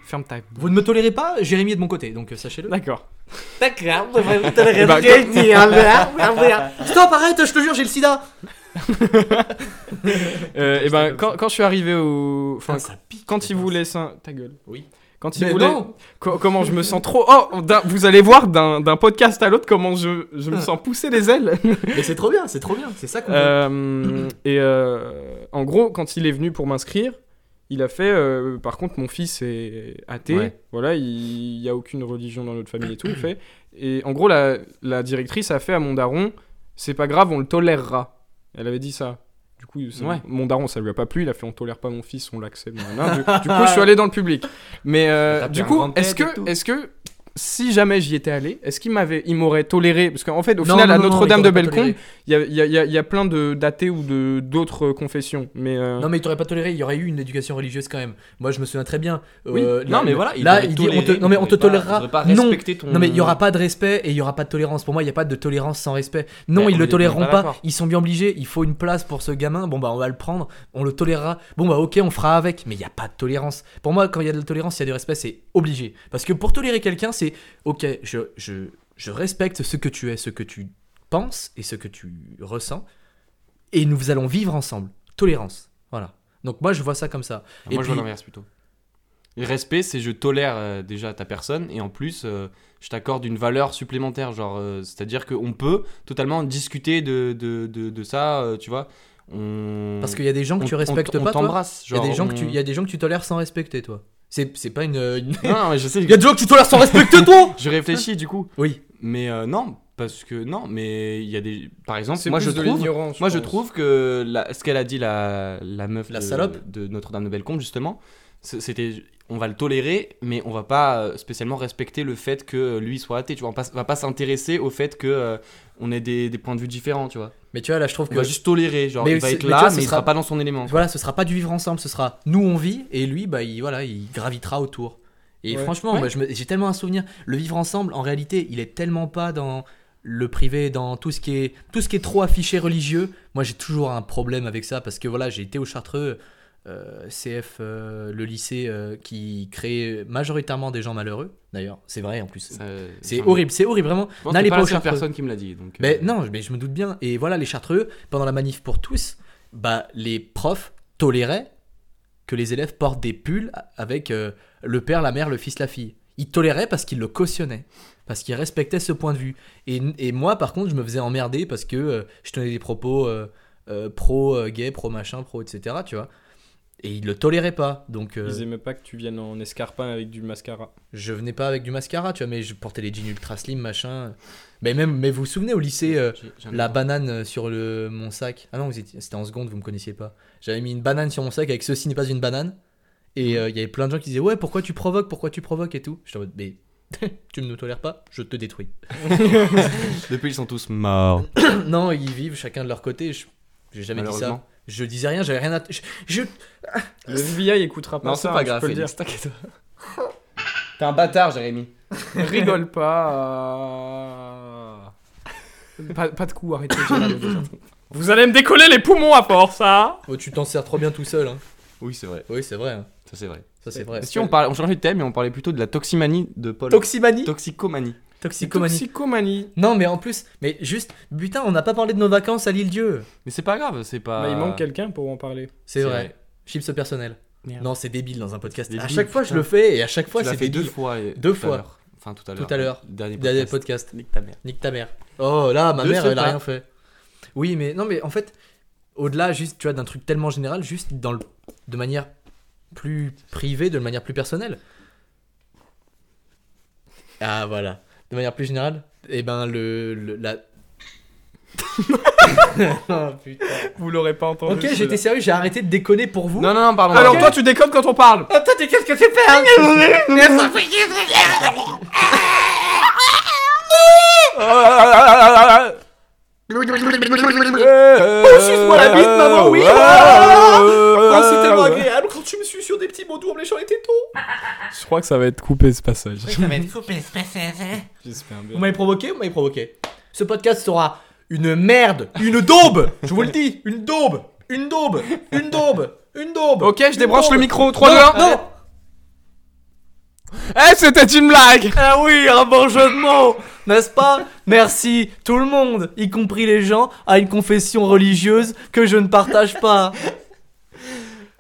Speaker 4: Ferme ta.
Speaker 3: Vous ne me tolérez pas, Jérémy est de mon côté, donc euh, sachez-le.
Speaker 4: D'accord.
Speaker 7: D'accord, on devrait vous tolérer.
Speaker 4: Eh ben,
Speaker 7: Génie, hein, là, là, là.
Speaker 3: Stop, arrête, je te jure, j'ai le sida.
Speaker 4: Euh, et ben, quand, quand je suis arrivé au. Enfin,
Speaker 2: Ah,
Speaker 3: Putain, ça pique.
Speaker 4: quand il voulait. ça- Ta gueule.
Speaker 3: Oui.
Speaker 4: Quand il
Speaker 3: Mais
Speaker 4: voulait.
Speaker 3: non,
Speaker 4: Co- comment je me sens trop. Oh, d'un- vous allez voir d'un d'un podcast à l'autre comment je, je me sens pousser les ailes.
Speaker 3: mais c'est trop bien, c'est trop bien, c'est ça qu'on veut.
Speaker 4: Euh, et euh, en gros, quand il est venu pour m'inscrire, il a fait. euh, par contre, mon fils est athée.
Speaker 2: Ouais.
Speaker 4: Voilà, il n'y a aucune religion dans notre famille et tout. il fait. Et en gros, la, la directrice a fait à mon daron c'est pas grave, on le tolérera. Elle avait dit ça. Du coup, ça-
Speaker 2: Ouais.
Speaker 4: mon daron, ça lui a pas plu. Il a fait on tolère pas mon fils, on l'accepte. nanana. Du, du coup, je suis allé dans le public. Mais euh,
Speaker 2: T'as
Speaker 4: du
Speaker 2: fait un
Speaker 4: coup,
Speaker 2: grand
Speaker 4: est-ce
Speaker 2: TED et tout.
Speaker 4: que, est-ce que si jamais j'y étais allé, est-ce qu'il m'avait, il m'aurait toléré Parce qu'en fait, au
Speaker 3: Non,
Speaker 4: final,
Speaker 3: non,
Speaker 4: à
Speaker 3: non, non,
Speaker 4: Notre-Dame
Speaker 3: il
Speaker 4: de
Speaker 3: t'aurait pas
Speaker 4: Bellecombe,
Speaker 3: toléré.
Speaker 4: il y a, il y a- il y a- il y a plein de d'athées ou de d'autres confessions. Mais euh,
Speaker 3: Non mais il t'aurait pas toléré, il y aurait eu une éducation religieuse quand même. Moi je me souviens très bien. euh,
Speaker 4: Oui,
Speaker 3: là-
Speaker 2: Non, mais voilà.
Speaker 3: là
Speaker 2: devrait
Speaker 3: il dit on te,
Speaker 2: tolérer,
Speaker 3: non mais on te
Speaker 2: devrait pas-
Speaker 3: tolérera.
Speaker 2: devrait pas
Speaker 3: non,
Speaker 2: respecter ton-
Speaker 3: non mais il y aura pas de respect et il y aura pas de tolérance. Pour moi il y a pas de tolérance sans respect.
Speaker 2: Mais Bah,
Speaker 3: Non ils
Speaker 2: on
Speaker 3: le
Speaker 2: est- on est
Speaker 3: toléreront
Speaker 2: pas
Speaker 3: pas.
Speaker 2: d'accord.
Speaker 3: Ils sont bien obligés. Il faut une place pour ce gamin. Bon bah on va le prendre, on le tolérera. Bon bah ok on fera avec. Mais il y a pas de tolérance. Pour moi quand il y a de la tolérance, il y a du respect, c'est obligé. Parce que pour tolérer quelqu'un c'est ok je je je respecte ce que tu es, ce que tu penses et ce que tu ressens et nous allons vivre ensemble. Tolérance. Voilà. Donc moi je vois ça comme ça.
Speaker 2: Moi, je vois
Speaker 3: puis-
Speaker 2: l'inverse plutôt. Le respect, c'est je tolère euh, déjà ta personne et en plus, euh, je t'accorde une valeur supplémentaire. Genre, euh, c'est-à-dire qu'on peut totalement discuter de, de, de, de ça, euh, tu vois. On...
Speaker 3: Parce qu'il y a des gens que
Speaker 2: Hmm. on-
Speaker 3: tu
Speaker 2: on-
Speaker 3: respectes
Speaker 2: on
Speaker 3: pas, toi.
Speaker 2: t'embrasse.
Speaker 3: Il y a
Speaker 2: genre,
Speaker 3: des gens que
Speaker 2: on-
Speaker 3: tu, il y a des gens que tu tolères sans respecter, toi. C'est, c'est pas une. une-
Speaker 2: Non, non, mais je sais.
Speaker 3: Il y a des gens que tu tolères sans respecter, toi.
Speaker 2: Je réfléchis du coup.
Speaker 3: Oui.
Speaker 2: Mais euh, non, parce que non, mais il y a des. Par exemple,
Speaker 4: c'est
Speaker 2: moi
Speaker 4: plus
Speaker 2: je
Speaker 4: de
Speaker 2: trouve.
Speaker 4: l'ignorance,
Speaker 2: Moi, je
Speaker 4: pense.
Speaker 2: trouve que la- ce qu'elle a dit, la, la meuf
Speaker 3: La
Speaker 2: de,
Speaker 3: salope
Speaker 2: de Notre-Dame de Bellecombe, justement, c- c'était on va le tolérer, mais on va pas euh, spécialement respecter le fait que euh, lui soit athée. Tu vois, on pas- va pas s'intéresser au fait que euh, on ait des, des points de vue différents. Tu vois,
Speaker 3: Mais tu vois, là, je trouve
Speaker 2: on
Speaker 3: que.
Speaker 2: va juste tolérer. Genre,
Speaker 3: Mais
Speaker 2: il va
Speaker 3: c'est-
Speaker 2: être
Speaker 3: mais
Speaker 2: là,
Speaker 3: tu vois,
Speaker 2: mais,
Speaker 3: ce
Speaker 2: il
Speaker 3: sera-
Speaker 2: sera pas dans son élément.
Speaker 3: Voilà, ce sera pas du vivre ensemble, ce sera nous on vit et lui bah il voilà il gravitera autour. Et
Speaker 4: Ouais.
Speaker 3: franchement,
Speaker 4: Ouais.
Speaker 3: moi, je me- j'ai tellement un souvenir. Le vivre ensemble, en réalité, il est tellement pas dans le privé, dans tout ce qui est tout ce qui est trop affiché religieux. Moi, j'ai toujours un problème avec ça parce que voilà, j'ai été au Chartreux. euh, CF, euh, le lycée euh, qui crée majoritairement des gens malheureux, d'ailleurs, c'est vrai en plus.
Speaker 2: Ça, euh,
Speaker 3: C'est
Speaker 2: j'en ai-
Speaker 3: horrible, c'est horrible, vraiment.
Speaker 2: Je pense que
Speaker 3: N'allez
Speaker 2: c'est
Speaker 3: pas,
Speaker 2: pas
Speaker 3: au
Speaker 2: la seule
Speaker 3: Chartreux.
Speaker 2: personne qui me l'a dit. Donc,
Speaker 3: Mais
Speaker 2: euh,
Speaker 3: non, mais je me doute bien. Et voilà, les chartreux, pendant la manif pour tous, bah, les profs toléraient que les élèves portent des pulls avec euh, le père, la mère, le fils, la fille. Ils toléraient parce qu'ils le cautionnaient, parce qu'ils respectaient ce point de vue. Et, et moi, par contre, je me faisais emmerder parce que euh, je tenais des propos euh, euh, pro-gay, pro-machin, pro, etc. Tu vois et ils le toléraient pas. Donc, euh,
Speaker 4: Ils aimaient pas que tu viennes en escarpin avec du mascara.
Speaker 3: je venais pas avec du mascara, tu vois, mais je portais les jeans ultra slim, machin. Mais même, mais vous vous souvenez au lycée, euh,
Speaker 2: j'ai- j'ai un
Speaker 3: la banane euh, sur le, mon sac. Ah non, vous étiez- c'était en seconde, vous me connaissiez pas. J'avais mis une banane sur mon sac avec ceci n'est pas une banane. Et euh, il y avait plein de gens qui disaient Ouais, pourquoi tu provoques Pourquoi tu provoques et tout J'étais en mode Mais tu ne nous tolères pas, je te détruis.
Speaker 2: Depuis, ils sont tous morts.
Speaker 3: non, ils vivent chacun de leur côté. je- J'ai jamais dit ça.
Speaker 2: Malheureusement.
Speaker 3: Je disais rien, j'avais rien à. Je, je-
Speaker 4: Le FBI écoutera pas
Speaker 2: Non, c'est
Speaker 4: ça,
Speaker 2: pas
Speaker 4: je
Speaker 2: grave,
Speaker 4: peux le dire.
Speaker 2: Félix, t'inquiète pas. T'es un bâtard, Jérémy.
Speaker 4: Rigole pas. euh. Pas, pas de coup, arrêtez. j'ai mal au dos. Vous allez me décoller les poumons à force, hein
Speaker 3: Oh, tu t'en sers trop bien tout seul. hein.
Speaker 2: Oui, c'est vrai.
Speaker 3: Oui, c'est vrai. hein.
Speaker 2: Ça, c'est vrai.
Speaker 3: Ça, c'est vrai.
Speaker 2: Si on, parlait, on changeait de thème et on parlait plutôt de la toximanie de Paul.
Speaker 3: Toximanie
Speaker 2: Toxicomanie.
Speaker 3: Toxicomanie.
Speaker 4: Toxicomanie.
Speaker 3: Non, mais en plus, mais juste, putain, on n'a pas parlé de nos vacances à l'île Dieu.
Speaker 2: Mais c'est pas grave, c'est pas.
Speaker 4: Bah, il manque quelqu'un pour en parler.
Speaker 3: C'est
Speaker 2: C'est
Speaker 3: vrai.
Speaker 2: vrai.
Speaker 3: Chips au personnel.
Speaker 2: Merde.
Speaker 3: Non, c'est débile dans un podcast.
Speaker 2: C'est
Speaker 3: à
Speaker 2: débile,
Speaker 3: chaque fois, je
Speaker 2: putain.
Speaker 3: le fais et à chaque fois,
Speaker 2: tu l'as
Speaker 3: c'est
Speaker 2: fait deux
Speaker 3: débile.
Speaker 2: fois. et-
Speaker 3: Deux
Speaker 2: tout à
Speaker 3: fois.
Speaker 2: l'heure. Enfin, tout à l'heure.
Speaker 3: Tout à l'heure.
Speaker 2: Dernier podcast.
Speaker 3: Dernier podcast.
Speaker 2: Nique ta mère.
Speaker 3: Nique ta mère. Oh là, ma
Speaker 2: Deux
Speaker 3: mère, elle a
Speaker 2: sepas.
Speaker 3: rien fait. Oui, mais non, mais en fait, au-delà juste, tu vois, d'un truc tellement général, juste dans le, de manière plus privée, de manière plus personnelle. Ah voilà, de manière plus générale, et eh ben le, le- la. Oh, putain.
Speaker 4: Vous l'aurez pas entendu.
Speaker 3: Ok,
Speaker 4: celui-là.
Speaker 3: j'étais sérieux, j'ai arrêté de déconner pour vous.
Speaker 2: Non, non, non, pardon.
Speaker 4: Alors
Speaker 2: Ok.
Speaker 4: toi, tu déconnes quand on parle.
Speaker 3: Ah,
Speaker 7: Attends, mais qu'est-ce que tu fais hein
Speaker 2: Oh, suce-moi la bite, maman, oui
Speaker 4: Ah, c'est tellement agréable.
Speaker 3: agréable quand tu me suis sur des petits mots doux, les gens étaient tôt.
Speaker 4: Je crois que ça va être coupé ce passage.
Speaker 7: Ça va être coupé, ce passage, hein.
Speaker 4: J'espère
Speaker 3: Vous
Speaker 4: bien.
Speaker 3: m'avez provoqué, vous m'avez provoqué. Ce podcast sera une merde, une daube, je vous le dis, une daube, une daube, une daube, une daube.
Speaker 4: Ok, je débranche le micro. 3, 2, 1.
Speaker 3: Non, non,
Speaker 4: Eh, c'était une blague
Speaker 3: ah oui, un bon jeu de mots, n'est-ce pas Merci tout le monde, y compris les gens, à une confession religieuse que je ne partage pas.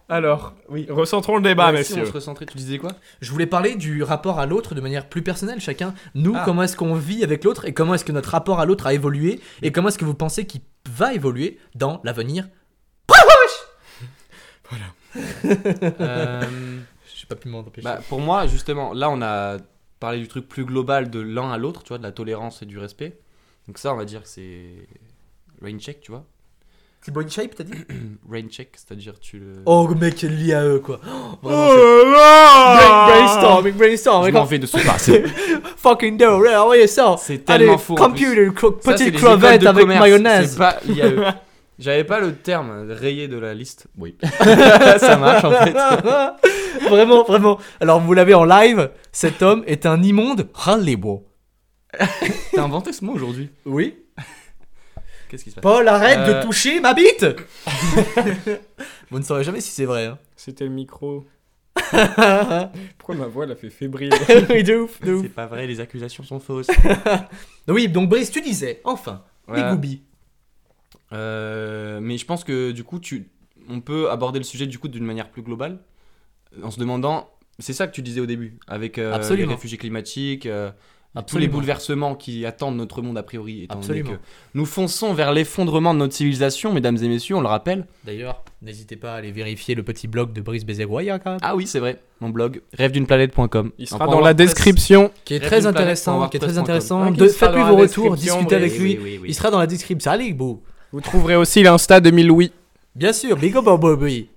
Speaker 4: Alors, oui. recentrons le débat,
Speaker 2: Ouais, Ah, si, on
Speaker 4: Ah, messieurs.
Speaker 2: se recentrait, tu disais quoi
Speaker 3: Je voulais parler du rapport à l'autre de manière plus personnelle, chacun. Nous,
Speaker 2: Ah.
Speaker 3: comment est-ce qu'on vit avec l'autre et comment est-ce que notre rapport à l'autre a évolué et comment est-ce que vous pensez qu'il va évoluer dans l'avenir
Speaker 2: Euh,
Speaker 3: J'ai pas pu m'en empêcher.
Speaker 2: Bah, pour moi, justement, là, on a parlé du truc plus global de l'un à l'autre, tu vois, de la tolérance et du respect. Donc ça, on va dire que c'est rain check, tu vois.
Speaker 3: Petit body shape, t'as dit
Speaker 2: Rain check, c'est-à-dire tu le...
Speaker 3: Oh, mec, lié à eux, quoi. Oh, vraiment, c'est- Big
Speaker 4: Oh
Speaker 3: brainstorm, big brainstorm,
Speaker 2: Je
Speaker 3: d'accord.
Speaker 2: m'en vais de ce pas. C'est
Speaker 3: Fucking do, ouais, envoyez ça.
Speaker 2: c'est tellement
Speaker 3: Allez,
Speaker 2: faux. en plus.
Speaker 3: Computer, cro-
Speaker 2: Ça, c'est
Speaker 3: petite
Speaker 2: les écoles
Speaker 3: crevette
Speaker 2: de
Speaker 3: avec
Speaker 2: commerce, c'est
Speaker 3: mayonnaise.
Speaker 2: pas IAE. J'avais pas le terme rayé de la liste. Oui. ça marche en fait.
Speaker 3: vraiment, vraiment. Alors, vous l'avez en live, cet homme est un immonde rallibo.
Speaker 2: T'as inventé ce mot aujourd'hui.
Speaker 3: Oui
Speaker 2: Qu'est-ce qui se passe
Speaker 3: Paul, arrête
Speaker 2: Euh.
Speaker 3: de toucher ma bite Vous ne saurez jamais si c'est vrai. Hein.
Speaker 4: C'était le micro.
Speaker 3: Ah,
Speaker 4: Pourquoi ma voix l'a fait fébrile
Speaker 3: ah. oui, de ouf, de ouf.
Speaker 2: C'est pas vrai, les accusations sont fausses.
Speaker 3: Oui, donc Brice, tu disais, enfin, les
Speaker 2: Voilà.
Speaker 3: goubis.
Speaker 2: Euh, mais je pense que du coup, tu, on peut aborder le sujet du coup d'une manière plus globale, en se demandant, c'est ça que tu disais au début, avec euh, les
Speaker 3: Absolument.
Speaker 2: réfugiés climatiques, euh, tous les
Speaker 3: Absolument.
Speaker 2: bouleversements qui attendent notre monde a priori, étant donné
Speaker 3: Absolument.
Speaker 2: que nous fonçons vers l'effondrement de notre civilisation, mesdames et messieurs, on le rappelle.
Speaker 3: D'ailleurs, n'hésitez pas à aller vérifier le petit blog de Brice Bézégoya, quand même.
Speaker 2: Ah oui, c'est vrai, mon blog rêveduneplanète.com.
Speaker 4: Il sera dans la description.
Speaker 3: qui est
Speaker 2: Rêve
Speaker 3: très
Speaker 2: d'une planète
Speaker 3: intéressant,
Speaker 2: pour
Speaker 3: qui est très
Speaker 2: WordPress.com.
Speaker 3: intéressant.
Speaker 4: Ok,
Speaker 3: De-
Speaker 4: il sera
Speaker 3: Faites-lui
Speaker 4: dans
Speaker 3: vos
Speaker 4: la
Speaker 3: retours,
Speaker 4: description,
Speaker 3: discutez
Speaker 4: oui,
Speaker 3: avec lui.
Speaker 2: Oui, oui, oui.
Speaker 3: Il sera dans la description. Allez, beau.
Speaker 4: Vous trouverez aussi l'insta de Miloui.
Speaker 3: Bien sûr, big up, boy.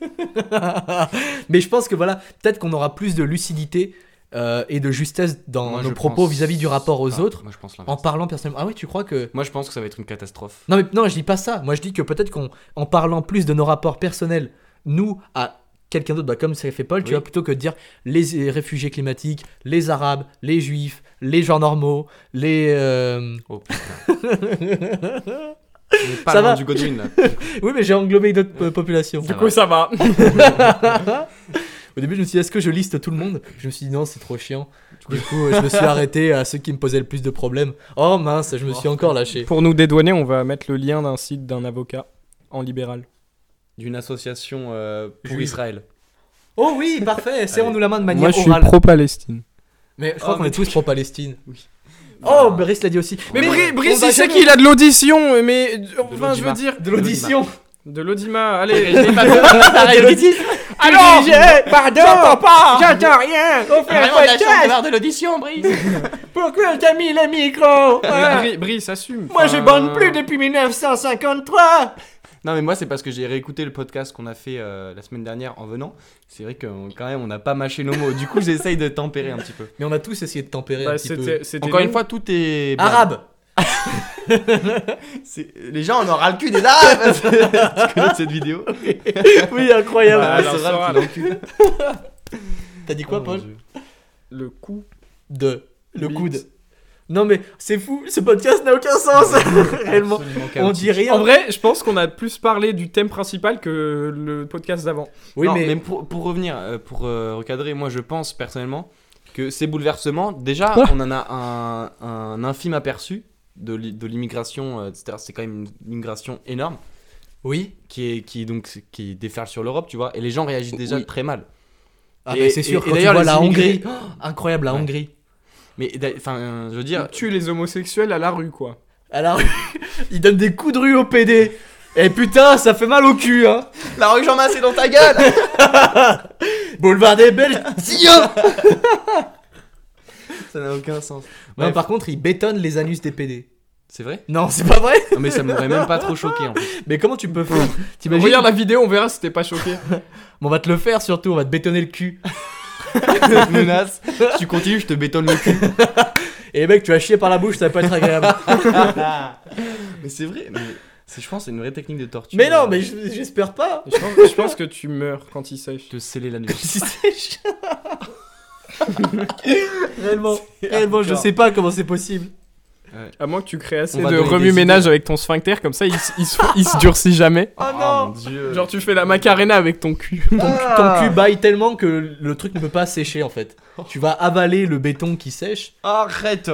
Speaker 3: Mais je pense que voilà, peut-être qu'on aura plus de lucidité euh, et de justesse dans
Speaker 2: Moi,
Speaker 3: nos
Speaker 2: je
Speaker 3: propos
Speaker 2: pense-
Speaker 3: vis-à-vis du rapport aux
Speaker 2: Enfin,
Speaker 3: autres
Speaker 2: Moi, je pense
Speaker 3: en
Speaker 2: l'inverse.
Speaker 3: parlant personnellement. Ah ouais, tu crois que.
Speaker 2: Moi, je pense que ça va être une catastrophe.
Speaker 3: Non, mais non, je dis pas ça. Moi, je dis que peut-être qu'en en parlant plus de nos rapports personnels, nous, à quelqu'un d'autre, bah, comme ça fait Paul, tu
Speaker 2: Oui.
Speaker 3: vois, plutôt que de dire les euh, réfugiés climatiques, les arabes, les juifs, les gens normaux, les. euh,
Speaker 2: Oh putain. On est pas
Speaker 3: Ça
Speaker 2: loin
Speaker 3: va.
Speaker 2: du Godwin là.
Speaker 3: Oui, mais j'ai englobé d'autres euh, populations.
Speaker 2: Du coup,
Speaker 4: ça va.
Speaker 3: Au début, je me suis dit, est-ce que je liste tout le monde Je me suis dit, non, c'est trop chiant. Du coup, je me suis arrêté à ceux qui me posaient le plus de problèmes. Oh mince, je me suis encore lâché.
Speaker 4: Pour nous dédouaner, on va mettre le lien d'un site d'un avocat en libéral.
Speaker 2: D'une association euh, pour
Speaker 4: Juive.
Speaker 2: Israël.
Speaker 3: Oh oui, parfait, serrons-nous la main de manière
Speaker 4: Moi, je suis
Speaker 3: orale.
Speaker 4: pro-Palestine.
Speaker 3: Mais je crois
Speaker 2: Oh,
Speaker 3: qu'on
Speaker 2: mais
Speaker 3: est tous pro-Palestine.
Speaker 2: Oui.
Speaker 3: Oh, Brice l'a dit aussi.
Speaker 4: Mais, Brice,
Speaker 3: on va
Speaker 4: il sait
Speaker 3: jamais-
Speaker 4: qu'il a de l'audition, mais euh, enfin, je
Speaker 2: l'audimat.
Speaker 4: veux dire.
Speaker 3: De l'audition.
Speaker 4: De l'audima, allez, j'ai pas compris.
Speaker 3: Arrête, Brice.
Speaker 4: Alors, pardon, j'entends pas, j'entends rien.
Speaker 7: de l'audition, Brice
Speaker 3: Pourquoi t'as mis le micro
Speaker 4: Brice, assume.
Speaker 7: Moi, je
Speaker 3: Euh.
Speaker 4: Enfin,
Speaker 7: bande plus depuis 1953
Speaker 2: Non, mais moi, c'est parce que j'ai réécouté le podcast qu'on a fait euh, la semaine dernière en venant. C'est vrai que on- quand même, on n'a pas mâché nos mots. Du coup, j'essaye de tempérer un petit peu.
Speaker 3: Mais on a tous essayé de tempérer
Speaker 4: bah,
Speaker 3: un petit peu.
Speaker 4: c'était- c'était
Speaker 2: Encore une
Speaker 4: nous.
Speaker 2: fois, tout est.
Speaker 3: Arabe.
Speaker 2: C'est- Les gens en aura le cul des arabes Tu connais cette vidéo
Speaker 3: oui, incroyable.
Speaker 4: Bah, alors,
Speaker 2: c'est
Speaker 4: ça
Speaker 2: rare
Speaker 4: va,
Speaker 2: qu'il
Speaker 4: le cul.
Speaker 3: T'as dit quoi, Paul
Speaker 4: Le coup.
Speaker 3: De le
Speaker 4: Bite.
Speaker 3: coude. Non mais c'est fou, ce podcast n'a aucun sens. Réellement. On dit rien.
Speaker 4: En vrai, je pense qu'on a plus parlé du thème principal que le podcast d'avant.
Speaker 3: oui,
Speaker 2: non,
Speaker 3: mais,
Speaker 2: mais pour, pour revenir, euh, pour euh, recadrer, moi je pense personnellement que ces bouleversements, déjà on en a un, un infime aperçu de l'i- de l'immigration, euh, etc. C'est quand même une migration énorme
Speaker 3: oui.
Speaker 2: qui, est, qui, donc, qui déferle sur l'europe, tu vois, et les gens réagissent déjà
Speaker 3: Oui.
Speaker 2: très mal.
Speaker 3: Ah
Speaker 2: Et-
Speaker 3: mais c'est sûr.
Speaker 2: et- et
Speaker 3: quand tu
Speaker 2: d'ailleurs,
Speaker 3: vois
Speaker 2: les
Speaker 3: la
Speaker 2: immigrés-
Speaker 3: Hongrie, oh, incroyable la
Speaker 2: Ouais.
Speaker 3: Hongrie.
Speaker 2: Mais d'a- enfin, euh, je veux
Speaker 4: Ils
Speaker 2: dire,
Speaker 4: tuent les homosexuels à la rue, quoi.
Speaker 3: À la rue, il donne des coups de rue au PD. Et putain, ça fait mal au cul, hein.
Speaker 2: la rue Jean-Main c'est dans ta gueule
Speaker 3: Boulevard des hein. Belges.
Speaker 2: Ça n'a aucun sens.
Speaker 3: Non,
Speaker 2: Bref.
Speaker 3: par contre, il bétonne les anus des PD.
Speaker 2: C'est vrai
Speaker 3: Non, c'est pas vrai.
Speaker 2: Non, mais ça m'aurait même pas trop choqué en fait.
Speaker 3: Mais comment tu peux faire T'imagines
Speaker 4: Regarde la vidéo, on verra si t'es pas choqué.
Speaker 3: Mais On va te le faire surtout, on va te bétonner le cul.
Speaker 2: Cette menace, tu continues, je te bétonne le cul.
Speaker 3: Et mec, tu vas chier par la bouche, ça va pas être agréable.
Speaker 2: Mais c'est vrai, mais c'est- je pense que c'est une vraie technique de torture.
Speaker 3: mais non,
Speaker 2: euh,
Speaker 3: mais je- j'espère pas.
Speaker 4: je, pense, je pense que tu meurs quand il sèche.
Speaker 2: de sceller la nuit.
Speaker 3: Si c'est ch- réellement, réellement, je sais pas comment c'est possible.
Speaker 4: À moins que tu crées assez
Speaker 2: On va
Speaker 4: de
Speaker 2: donner des
Speaker 4: remue-ménage
Speaker 2: idées.
Speaker 4: avec ton sphincter, comme ça il, s- il se, il se durcit jamais.
Speaker 3: Oh non
Speaker 2: Ah, dieu.
Speaker 4: Genre tu fais la macarena avec ton cul.
Speaker 3: ton,
Speaker 4: Ah.
Speaker 3: ton cul baille tellement que le truc ne peut pas sécher en fait. Tu vas avaler le béton qui sèche.
Speaker 2: Arrête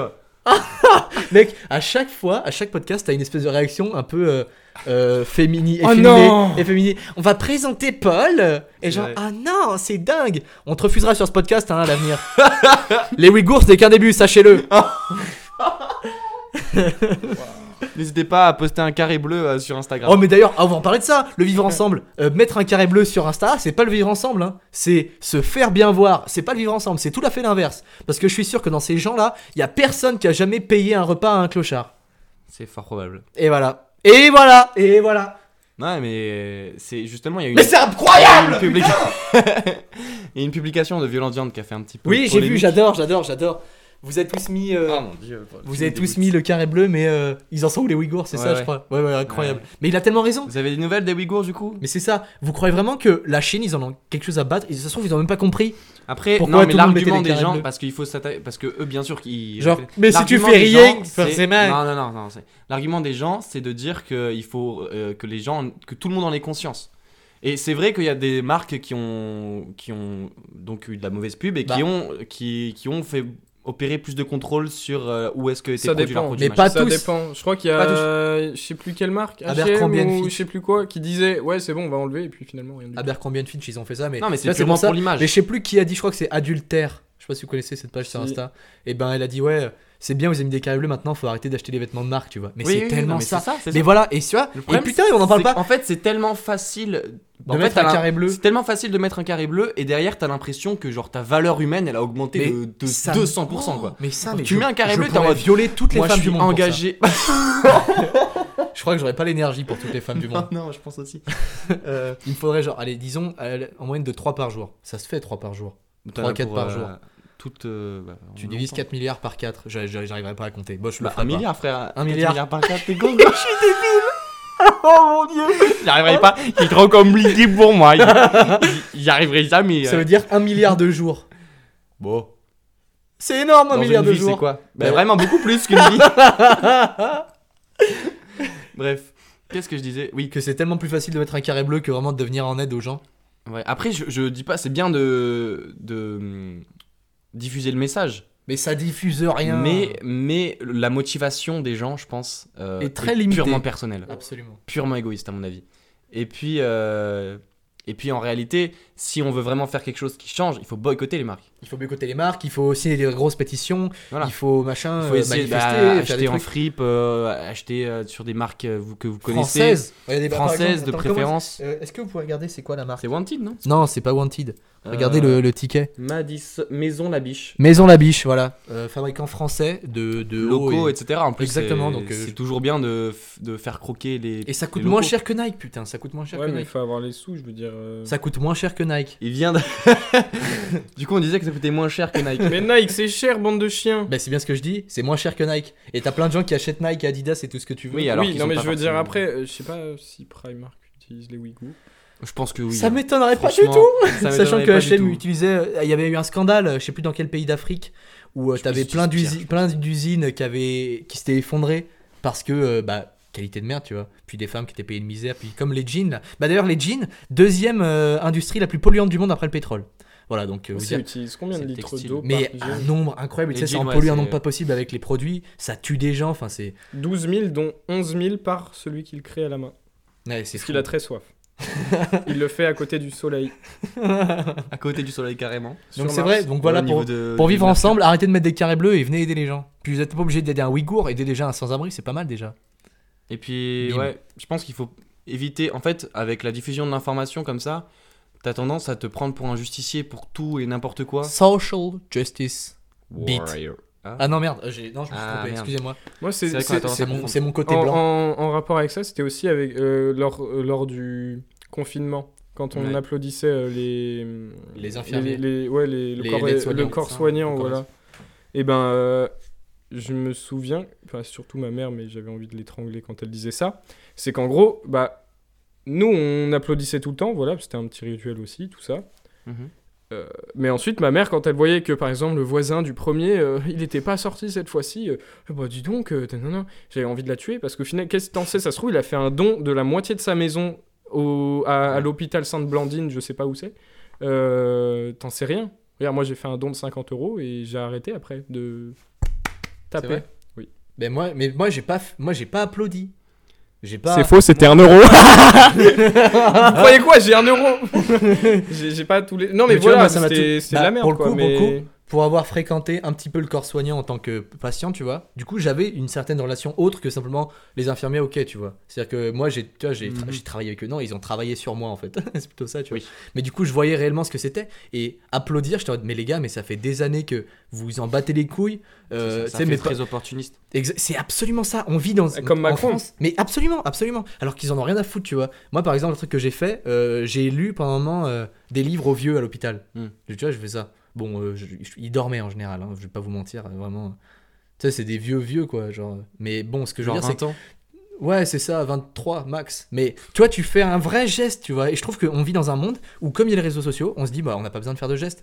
Speaker 3: Mec, à chaque fois, à chaque podcast, t'as une espèce de réaction un peu euh, euh, fémini,
Speaker 4: Oh
Speaker 3: efféminée,
Speaker 4: non
Speaker 3: efféminée. On va présenter Paul et genre
Speaker 2: Ouais.
Speaker 3: ah non, c'est dingue. On te refusera sur ce podcast hein, à l'avenir. Les Ouïghours, c'est qu'un début, sachez-le.
Speaker 2: N'hésitez pas à poster un carré bleu euh, sur Instagram.
Speaker 3: Oh mais d'ailleurs, ah, on va en parler de ça, le vivre ensemble. Euh, mettre un carré bleu sur Insta, c'est pas le vivre ensemble, hein. c'est se faire bien voir, c'est pas le vivre ensemble, c'est tout à fait l'inverse. Parce que je suis sûr que dans ces gens-là, il y a personne qui a jamais payé un repas à un clochard.
Speaker 2: C'est fort probable.
Speaker 3: Et voilà. Et voilà, et voilà.
Speaker 2: Non, mais euh, c'est justement, il y a une.
Speaker 3: Mais c'est
Speaker 2: il y
Speaker 3: incroyable
Speaker 2: a une publica- Il y a une publication de Violente Viande qui a fait un petit peu.
Speaker 3: Oui, j'ai vu,
Speaker 2: polémique.
Speaker 3: j'adore, j'adore, j'adore. Vous avez tous mis... euh,
Speaker 2: Ah, mon dieu.
Speaker 3: Vous avez tous mis le carré bleu, mais euh, ils en sont où les Ouïghours, c'est
Speaker 2: Ouais,
Speaker 3: ça, je
Speaker 2: ouais.
Speaker 3: crois. Ouais, ouais, incroyable.
Speaker 2: Ouais.
Speaker 3: Mais il a tellement raison.
Speaker 2: Vous avez des nouvelles des Ouïghours du coup
Speaker 3: Mais c'est ça. Vous croyez vraiment que la Chine, ils en ont quelque chose à battre Et ça se trouve, ils ont même pas compris.
Speaker 2: Après,
Speaker 3: Pourquoi
Speaker 2: non,
Speaker 3: tout
Speaker 2: mais
Speaker 3: le monde mettait
Speaker 2: l'argument
Speaker 3: des
Speaker 2: des
Speaker 3: carrés
Speaker 2: gens,
Speaker 3: bleus
Speaker 2: parce qu'il faut s'attaquer. Parce que eux, bien sûr, qu'ils.
Speaker 3: Genre, mais si tu
Speaker 2: L'argument
Speaker 3: fais
Speaker 2: des
Speaker 3: rien,
Speaker 2: gens,
Speaker 3: forcément.
Speaker 2: c'est- Non, non, non, non. c'est- L'argument des gens, c'est de dire qu'il faut euh, que les gens. que tout le monde en ait conscience. Et c'est vrai qu'il y a des marques qui ont. qui ont donc eu de la mauvaise pub et qui,
Speaker 3: Bah.
Speaker 2: ont, qui, qui ont fait opérer plus de contrôle sur euh, où est-ce que était
Speaker 4: Ça
Speaker 2: produit
Speaker 4: dépend.
Speaker 2: leur produit.
Speaker 3: Mais
Speaker 2: machin.
Speaker 3: pas
Speaker 4: ça
Speaker 3: tous.
Speaker 4: dépend. Je crois qu'il y a,
Speaker 3: Pas tous.
Speaker 4: euh, je sais plus quelle marque, H&M
Speaker 3: Abercrombie and
Speaker 4: ou
Speaker 3: Fitch.
Speaker 4: je sais plus quoi, qui disait ouais c'est bon on va enlever et puis finalement rien du tout.
Speaker 3: combien de Finch, ils ont fait ça, mais...
Speaker 2: Non, mais c'est
Speaker 3: Là,
Speaker 2: purement
Speaker 3: pour ça.
Speaker 2: pour l'image.
Speaker 3: Mais je sais plus qui a dit, je crois que c'est adultère. Je sais pas si vous connaissez cette page sur
Speaker 4: Si.
Speaker 3: Insta. Et ben elle a dit ouais, c'est bien vous avez mis des carrés bleus maintenant, faut arrêter d'acheter des vêtements de marque, tu vois. Mais
Speaker 2: Oui,
Speaker 3: c'est
Speaker 2: oui, oui,
Speaker 3: tellement
Speaker 2: non, mais
Speaker 3: ça.
Speaker 2: c'est c'est
Speaker 3: Mais voilà, et tu vois,
Speaker 2: Le
Speaker 3: et
Speaker 2: problème,
Speaker 3: putain, on en parle
Speaker 2: c'est
Speaker 3: pas.
Speaker 2: qu'en fait, c'est tellement facile
Speaker 3: De
Speaker 2: en fait,
Speaker 3: mettre
Speaker 2: t'as
Speaker 3: un
Speaker 2: l'im-
Speaker 3: carré bleu.
Speaker 2: C'est tellement facile de mettre un carré bleu et derrière, t'as l'impression que genre ta valeur humaine, elle a augmenté
Speaker 3: Mais
Speaker 2: de, de
Speaker 3: ça-
Speaker 2: 200%
Speaker 3: Oh,
Speaker 2: quoi.
Speaker 3: Mais ça, mais
Speaker 2: Tu
Speaker 3: je-
Speaker 2: mets un carré
Speaker 3: je
Speaker 2: bleu, t'es en
Speaker 3: pourrais
Speaker 2: mode
Speaker 3: violer toutes les
Speaker 2: Moi,
Speaker 3: femmes
Speaker 2: je
Speaker 3: du
Speaker 2: suis
Speaker 3: monde. pour
Speaker 2: engagé.
Speaker 3: ça. Je crois que j'aurais pas l'énergie pour toutes les femmes du monde.
Speaker 2: Ah Non, non, je pense aussi. Euh,
Speaker 3: Il me faudrait genre, allez, disons, euh, en moyenne de 3 par jour. Ça se fait 3 par jour.
Speaker 2: t'en
Speaker 3: Trois,
Speaker 2: as
Speaker 3: quatre
Speaker 2: pour,
Speaker 3: par
Speaker 2: euh,
Speaker 3: jour.
Speaker 2: toutes, euh, bah, on
Speaker 3: Tu
Speaker 2: longtemps.
Speaker 3: divises 4 milliards par 4. J'arriverai pas à compter. Bon, je le
Speaker 2: Bah,
Speaker 3: ferai
Speaker 2: un
Speaker 3: pas.
Speaker 2: milliard, frère.
Speaker 3: Un
Speaker 2: Quatre
Speaker 3: milliard.
Speaker 2: milliards par 4, t'es con. Je suis débile. Oh mon dieu. J'arriverai pas. Il trop compliqué pour moi. Il- il- J'y arriverai jamais.
Speaker 3: Ça
Speaker 2: euh.
Speaker 3: veut dire 1 milliard de jours.
Speaker 2: Bon.
Speaker 3: C'est énorme, 1
Speaker 2: Dans
Speaker 3: milliard
Speaker 2: une
Speaker 3: de
Speaker 2: vie, c'est
Speaker 3: jours.
Speaker 2: quoi Bah,
Speaker 3: Ouais.
Speaker 2: vraiment beaucoup plus qu'une vie. Bref. Qu'est-ce que je disais Oui.
Speaker 3: Que c'est tellement plus facile de mettre un carré bleu que vraiment de venir en aide aux gens.
Speaker 2: Ouais. Après, je, je dis pas, c'est bien de, de hum, diffuser le message.
Speaker 3: Mais ça diffuse rien.
Speaker 2: Mais, mais la motivation des gens, je pense, euh,
Speaker 3: Est très limitée.
Speaker 2: purement personnelle,
Speaker 3: Absolument.
Speaker 2: purement égoïste à mon avis. Et puis, euh, et puis en réalité, si on veut vraiment faire quelque chose qui change, il faut boycotter les marques.
Speaker 3: Il faut boycotter les marques, il faut aussi des grosses pétitions,
Speaker 2: Voilà.
Speaker 3: il faut machin,
Speaker 2: Il faut
Speaker 3: euh,
Speaker 2: essayer
Speaker 3: manifester,
Speaker 2: d'acheter
Speaker 3: faire des
Speaker 2: acheter en
Speaker 3: trucs
Speaker 2: fripe, euh, acheter euh, sur des marques euh, vous- que vous connaissez,
Speaker 3: françaises. Regardez, bah, par
Speaker 2: françaises
Speaker 3: exemple,
Speaker 2: de
Speaker 3: attends, comment-
Speaker 2: préférence.
Speaker 3: euh, Est-ce que vous pouvez regarder c'est quoi la marque
Speaker 2: C'est Wanted, non
Speaker 3: Non, c'est pas Wanted. Regardez
Speaker 2: Euh,
Speaker 3: le, le ticket.
Speaker 2: Madison, Maison la Biche.
Speaker 3: Maison la biche, voilà. Euh, fabricant français de, de
Speaker 2: locaux,
Speaker 3: haut et...
Speaker 2: etc. En plus,
Speaker 3: Exactement,
Speaker 2: c'est-
Speaker 3: donc, euh,
Speaker 2: c'est
Speaker 3: je-
Speaker 2: toujours bien de, f- de faire croquer les.
Speaker 3: et ça coûte
Speaker 2: les
Speaker 3: moins
Speaker 2: locaux.
Speaker 3: cher que Nike, putain. Ça coûte moins cher
Speaker 4: Ouais,
Speaker 3: que
Speaker 4: mais il
Speaker 3: Nike.
Speaker 4: faut avoir les sous, je veux dire. euh.
Speaker 3: Ça coûte moins cher que Nike.
Speaker 2: Il vient de. du coup, on disait que ça coûtait moins cher que Nike.
Speaker 4: Mais Nike, c'est cher, bande de chiens.
Speaker 3: Bah, c'est bien ce que je dis, c'est moins cher que Nike. Et t'as plein de gens qui achètent Nike, Adidas et tout ce que tu veux.
Speaker 2: Oui, alors
Speaker 4: oui,
Speaker 2: qu'ils
Speaker 4: non,
Speaker 2: ont
Speaker 4: mais
Speaker 2: pas
Speaker 4: je veux dire
Speaker 2: forcément-
Speaker 4: après, euh, je sais pas euh, si Primark utilise les Ouïghours.
Speaker 2: Je pense que oui. hein.
Speaker 3: ça m'étonnerait pas du
Speaker 2: Franchement,
Speaker 3: tout.
Speaker 2: ça
Speaker 3: Sachant
Speaker 2: m'étonnerait
Speaker 3: que
Speaker 2: pas du
Speaker 3: H&M
Speaker 2: tout.
Speaker 3: utilisait, euh, il y avait eu un scandale, euh, je sais plus dans quel pays d'Afrique, où euh,
Speaker 2: Je
Speaker 3: t'avais
Speaker 2: pense
Speaker 3: plein
Speaker 2: qu'ils utilisent
Speaker 3: d'usines, plein d'usines qui avaient, qui s'étaient effondrées parce que euh, bah qualité de merde, tu vois. Puis des femmes qui étaient payées de misère, puis comme les jeans. Là. Bah d'ailleurs les jeans, deuxième euh, industrie la plus polluante du monde après le pétrole. Voilà donc. euh, vous
Speaker 4: Ça
Speaker 3: dire-
Speaker 4: utilise combien de
Speaker 2: c'est
Speaker 4: litres
Speaker 2: textile.
Speaker 4: d'eau
Speaker 3: mais
Speaker 4: par
Speaker 3: un
Speaker 4: jour
Speaker 3: nombre incroyable, tu
Speaker 2: Les
Speaker 3: sais, ça
Speaker 2: jeans,
Speaker 3: en
Speaker 2: ouais,
Speaker 3: pollue un
Speaker 2: c'est-
Speaker 3: nombre pas possible avec les produits, ça tue des gens, enfin c'est.
Speaker 4: 12 000, dont 11 000 par celui qu'il crée à la main.
Speaker 3: Ouais, c'est
Speaker 4: Parce qu'il a très soif. il le fait à côté du soleil.
Speaker 2: À côté du soleil, carrément.
Speaker 3: Donc
Speaker 4: sur
Speaker 3: c'est
Speaker 4: Mars.
Speaker 3: vrai, donc voilà pour, pour vivre ensemble, arrêtez de mettre des carrés bleus et venez aider les gens. Puis vous êtes pas obligé d'aider un Ouïghour, aider déjà un sans-abri, c'est pas mal déjà.
Speaker 2: Et puis,
Speaker 3: Bim.
Speaker 2: ouais, je pense qu'il faut éviter. En fait, avec la diffusion de l'information comme ça, t'as tendance à te prendre pour un justicier pour tout et n'importe quoi.
Speaker 3: Social justice. Beat.
Speaker 2: Warrior. Ah.
Speaker 3: Ah non, merde, euh, j'ai- non, je me suis
Speaker 2: Ah,
Speaker 3: trompé,
Speaker 2: merde.
Speaker 3: excusez-moi.
Speaker 4: Moi, c'est
Speaker 2: C'est vrai qu'on
Speaker 4: c'est-
Speaker 2: attend-
Speaker 3: C'est
Speaker 2: ça
Speaker 3: mon,
Speaker 2: confond.
Speaker 3: c'est mon côté
Speaker 4: en,
Speaker 3: blanc.
Speaker 4: en- en rapport avec ça, c'était aussi avec euh, lors, euh, lors du confinement, quand on
Speaker 2: Ouais.
Speaker 4: applaudissait euh, les
Speaker 3: Les infirmiers.
Speaker 4: les- les- ouais, les- le
Speaker 3: Les
Speaker 4: corps,
Speaker 3: aides-soignants,
Speaker 4: le corps
Speaker 3: ça,
Speaker 4: soignant,
Speaker 3: le corps
Speaker 4: voilà. Et ben, euh, je me souviens, enfin surtout ma mère, mais j'avais envie de l'étrangler quand elle disait ça. C'est qu'en gros, bah, nous on applaudissait tout le temps, voilà, c'était un petit rituel aussi, tout ça.
Speaker 2: Mhm.
Speaker 4: Mais ensuite, ma mère, quand elle voyait que, par exemple, le voisin du premier, euh, il n'était pas sorti cette fois-ci, euh, Eh bah dis donc, euh, nanana, j'avais envie de la tuer, parce qu'au final, qu'est-ce que t'en sais Ça se trouve, il a fait un don de la moitié de sa maison au, à, à l'hôpital Sainte-Blandine, je sais pas où c'est. Euh, t'en sais rien. Regarde, moi, j'ai fait un don de 50 euros et j'ai arrêté après de taper.
Speaker 3: vrai Mais Ben moi, mais moi j'ai pas, f- moi j'ai pas applaudi. J'ai pas.
Speaker 4: faux, c'était un euro. Vous croyez quoi J'ai un euro. j'ai j'ai pas tous les. Non,
Speaker 3: Ah. Mais
Speaker 4: mais,
Speaker 3: tu vois,
Speaker 4: voilà,
Speaker 3: moi, ça m'a
Speaker 4: c'était
Speaker 3: tout-
Speaker 4: c'était
Speaker 3: Bah,
Speaker 4: de la merde.
Speaker 3: pour le
Speaker 4: quoi,
Speaker 3: coup, pour le
Speaker 4: mais...
Speaker 3: coup, Pour avoir fréquenté un petit peu le corps soignant en tant que patient, tu vois. Du coup, j'avais une certaine relation autre que simplement les infirmiers, ok, tu vois. C'est-à-dire que moi, j'ai, tu vois, j'ai, tra-
Speaker 2: Mhm.
Speaker 3: j'ai travaillé avec eux. Non, ils ont travaillé sur moi en fait. c'est plutôt ça, tu vois.
Speaker 2: Oui.
Speaker 3: Mais du coup, je voyais réellement ce que c'était et applaudir. J'étais en mode, mais les gars, mais ça fait des années que vous en battez les couilles. Euh,
Speaker 2: ça
Speaker 3: tu sais,
Speaker 2: fait
Speaker 3: mais pas-
Speaker 2: très opportuniste.
Speaker 3: Exa- C'est absolument ça. On vit dans
Speaker 4: Comme
Speaker 3: en
Speaker 4: Macron.
Speaker 3: France. Mais absolument, absolument. Alors qu'ils en ont rien à foutre, tu vois. Moi, par exemple, le truc que j'ai fait, euh, j'ai lu pendant un moment euh, des livres aux vieux à l'hôpital.
Speaker 2: Hmm.
Speaker 3: Tu vois, je fais ça. Bon, euh, je- je- ils dormaient en général. hein, je vais pas vous mentir, euh, vraiment. Tu sais, c'est des vieux vieux quoi, genre. Mais bon, ce que je veux
Speaker 2: Genre
Speaker 3: dire, c'est
Speaker 2: 20 ans.
Speaker 3: Ouais, c'est ça, 23 max. Mais tu vois, tu fais un vrai geste, tu vois. Et je trouve qu'on vit dans un monde où, comme il y a les réseaux sociaux, on se dit, bah, on n'a pas besoin de faire de gestes.